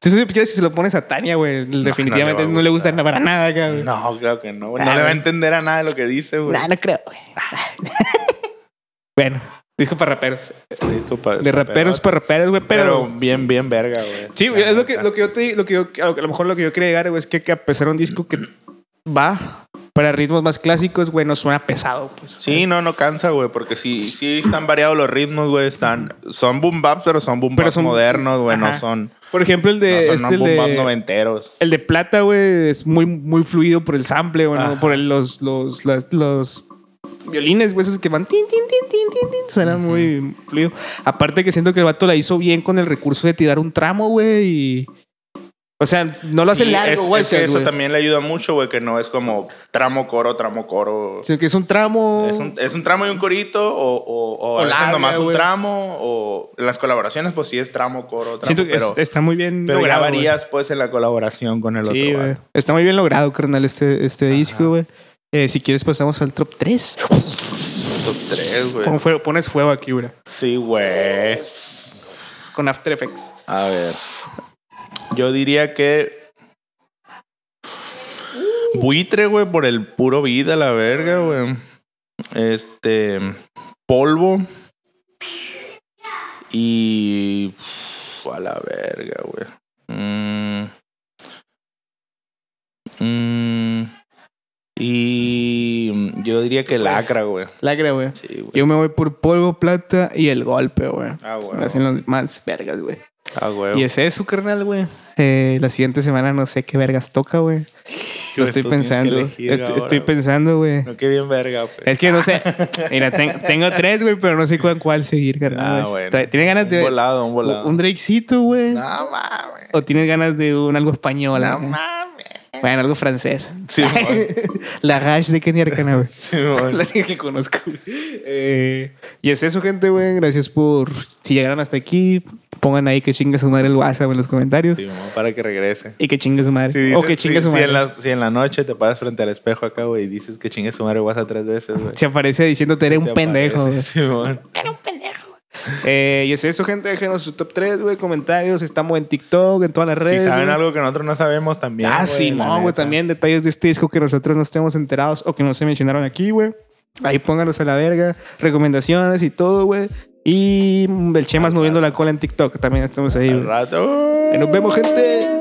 [SPEAKER 2] Si tú crees que si lo pones a Tania, güey, definitivamente
[SPEAKER 1] no le va
[SPEAKER 2] no,
[SPEAKER 1] a
[SPEAKER 2] le gusta para nada, güey.
[SPEAKER 1] No, claro que no. güey. No
[SPEAKER 2] Ah,
[SPEAKER 1] le va a
[SPEAKER 2] güey.
[SPEAKER 1] entender a nada de lo que dice, güey.
[SPEAKER 2] no creo, güey. bueno, disco para raperos. De raperos para raperos, güey,
[SPEAKER 1] Pero,
[SPEAKER 2] pero.
[SPEAKER 1] bien, bien verga, güey.
[SPEAKER 2] Sí, güey,
[SPEAKER 1] La
[SPEAKER 2] es lo que,
[SPEAKER 1] neta.
[SPEAKER 2] lo que yo te lo que yo, a lo que- a lo mejor lo que yo quería llegar, güey, es que, que a pesar de un disco que va para ritmos más clásicos, güey, no suena pesado, pues.
[SPEAKER 1] Sí, no, no cansa, güey, porque sí, sí están variados los ritmos, güey. Están, son boom baps, pero son boom
[SPEAKER 2] Pero
[SPEAKER 1] baps
[SPEAKER 2] son-
[SPEAKER 1] modernos, güey. No
[SPEAKER 2] Ajá.
[SPEAKER 1] son,
[SPEAKER 2] Por ejemplo, el de
[SPEAKER 1] no son
[SPEAKER 2] este, el
[SPEAKER 1] boom baps
[SPEAKER 2] de,
[SPEAKER 1] noventeros.
[SPEAKER 2] el de plata, güey, es muy, muy fluido por el sample, güey, ¿no?
[SPEAKER 1] Ajá.
[SPEAKER 2] por el- los, los, las- los violines, güey, esos que van tin, tin, tin, tin, tin, tin, suena muy fluido. Aparte que siento que el vato la hizo bien con el recurso de tirar un tramo, güey, y... O sea, no lo hace
[SPEAKER 1] Sí, es-
[SPEAKER 2] largo, güey. pues,
[SPEAKER 1] es que eso
[SPEAKER 2] güey.
[SPEAKER 1] también le ayuda mucho, güey, que no es como tramo coro, tramo coro.
[SPEAKER 2] Sino que es un tramo...
[SPEAKER 1] Es un, es un tramo y un corito, o, o, o a
[SPEAKER 2] O
[SPEAKER 1] veces
[SPEAKER 2] larga,
[SPEAKER 1] nomás un
[SPEAKER 2] güey.
[SPEAKER 1] tramo, o las colaboraciones, pues sí es tramo, coro, tramo.
[SPEAKER 2] Siento que es-
[SPEAKER 1] pero
[SPEAKER 2] está muy bien
[SPEAKER 1] pero ya
[SPEAKER 2] logrado. güey.
[SPEAKER 1] varías, pues, en la colaboración con el
[SPEAKER 2] Sí,
[SPEAKER 1] otro.
[SPEAKER 2] güey.
[SPEAKER 1] vato.
[SPEAKER 2] Está muy bien logrado, carnal, este, este disco, güey. Eh, si quieres pasamos al top 3.
[SPEAKER 1] Top tres, güey.
[SPEAKER 2] Pon fuego- pones fuego aquí, güey.
[SPEAKER 1] Sí, güey.
[SPEAKER 2] Con After Effects.
[SPEAKER 1] A ver. Yo diría que. Buitre, güey, por el puro vida, la verga, güey. Este. Polvo. Y. uf, A la verga, güey. Mm. Mm. Y. Yo diría que lacra, güey.
[SPEAKER 2] Lacra, güey.
[SPEAKER 1] Sí, güey.
[SPEAKER 2] Yo me voy por polvo, plata y el golpe, güey.
[SPEAKER 1] Ah,
[SPEAKER 2] Se
[SPEAKER 1] güey.
[SPEAKER 2] me hacen los más vergas, güey.
[SPEAKER 1] Ah, güey.
[SPEAKER 2] Y ese es su carnal, güey. Eh, la siguiente semana no sé qué vergas toca, güey. Lo estoy
[SPEAKER 1] Tú tienes que
[SPEAKER 2] pensando.
[SPEAKER 1] elegir
[SPEAKER 2] Est-
[SPEAKER 1] ahora,
[SPEAKER 2] estoy
[SPEAKER 1] güey.
[SPEAKER 2] pensando, güey.
[SPEAKER 1] No, qué bien verga, güey.
[SPEAKER 2] Es que no sé. Mira, ten- tengo tres, güey, pero no sé cuál, cuál seguir, carnal.
[SPEAKER 1] Ah, bueno.
[SPEAKER 2] Tra- ¿Tienes ganas de
[SPEAKER 1] Un volado, un volado.
[SPEAKER 2] un Drakecito, güey?
[SPEAKER 1] No mames.
[SPEAKER 2] ¿O tienes ganas de un algo español?
[SPEAKER 1] No
[SPEAKER 2] güey?
[SPEAKER 1] mames.
[SPEAKER 2] Bueno, algo francés.
[SPEAKER 1] Sí,
[SPEAKER 2] la hash de Kenny Arcana, güey.
[SPEAKER 1] Simón.
[SPEAKER 2] La única que conozco. güey. Eh, y es eso, gente, güey. Gracias por... Si llegaron hasta aquí, pongan ahí que chingue su madre el WhatsApp en los comentarios.
[SPEAKER 1] Simón, para que regrese.
[SPEAKER 2] Y que chingue su madre.
[SPEAKER 1] Si dices-
[SPEAKER 2] o que chingue
[SPEAKER 1] si-
[SPEAKER 2] su
[SPEAKER 1] si
[SPEAKER 2] madre.
[SPEAKER 1] en, la, si en la noche te paras frente al espejo acá, güey, y dices que chingue su madre vas a tres veces, güey.
[SPEAKER 2] Se aparece diciéndote eres
[SPEAKER 1] Te
[SPEAKER 2] un pendejo.
[SPEAKER 1] aparece,
[SPEAKER 2] güey.
[SPEAKER 1] Simón.
[SPEAKER 2] Eh, y es eso, gente. Déjenos su top 3, güey. Comentarios. Estamos en TikTok, en todas las
[SPEAKER 1] Si
[SPEAKER 2] redes.
[SPEAKER 1] saben
[SPEAKER 2] güey.
[SPEAKER 1] algo que nosotros no sabemos también.
[SPEAKER 2] Ah,
[SPEAKER 1] güey,
[SPEAKER 2] sí,
[SPEAKER 1] la
[SPEAKER 2] no, güey.
[SPEAKER 1] neta.
[SPEAKER 2] También detalles de este disco que nosotros no estemos enterados o que no se mencionaron aquí, güey. Ahí póngalos a la verga. Recomendaciones y todo, güey. Y mm, el Chemas moviendo la cola en TikTok. También estamos ahí,
[SPEAKER 1] Al
[SPEAKER 2] güey.
[SPEAKER 1] rato.
[SPEAKER 2] Nos vemos, gente.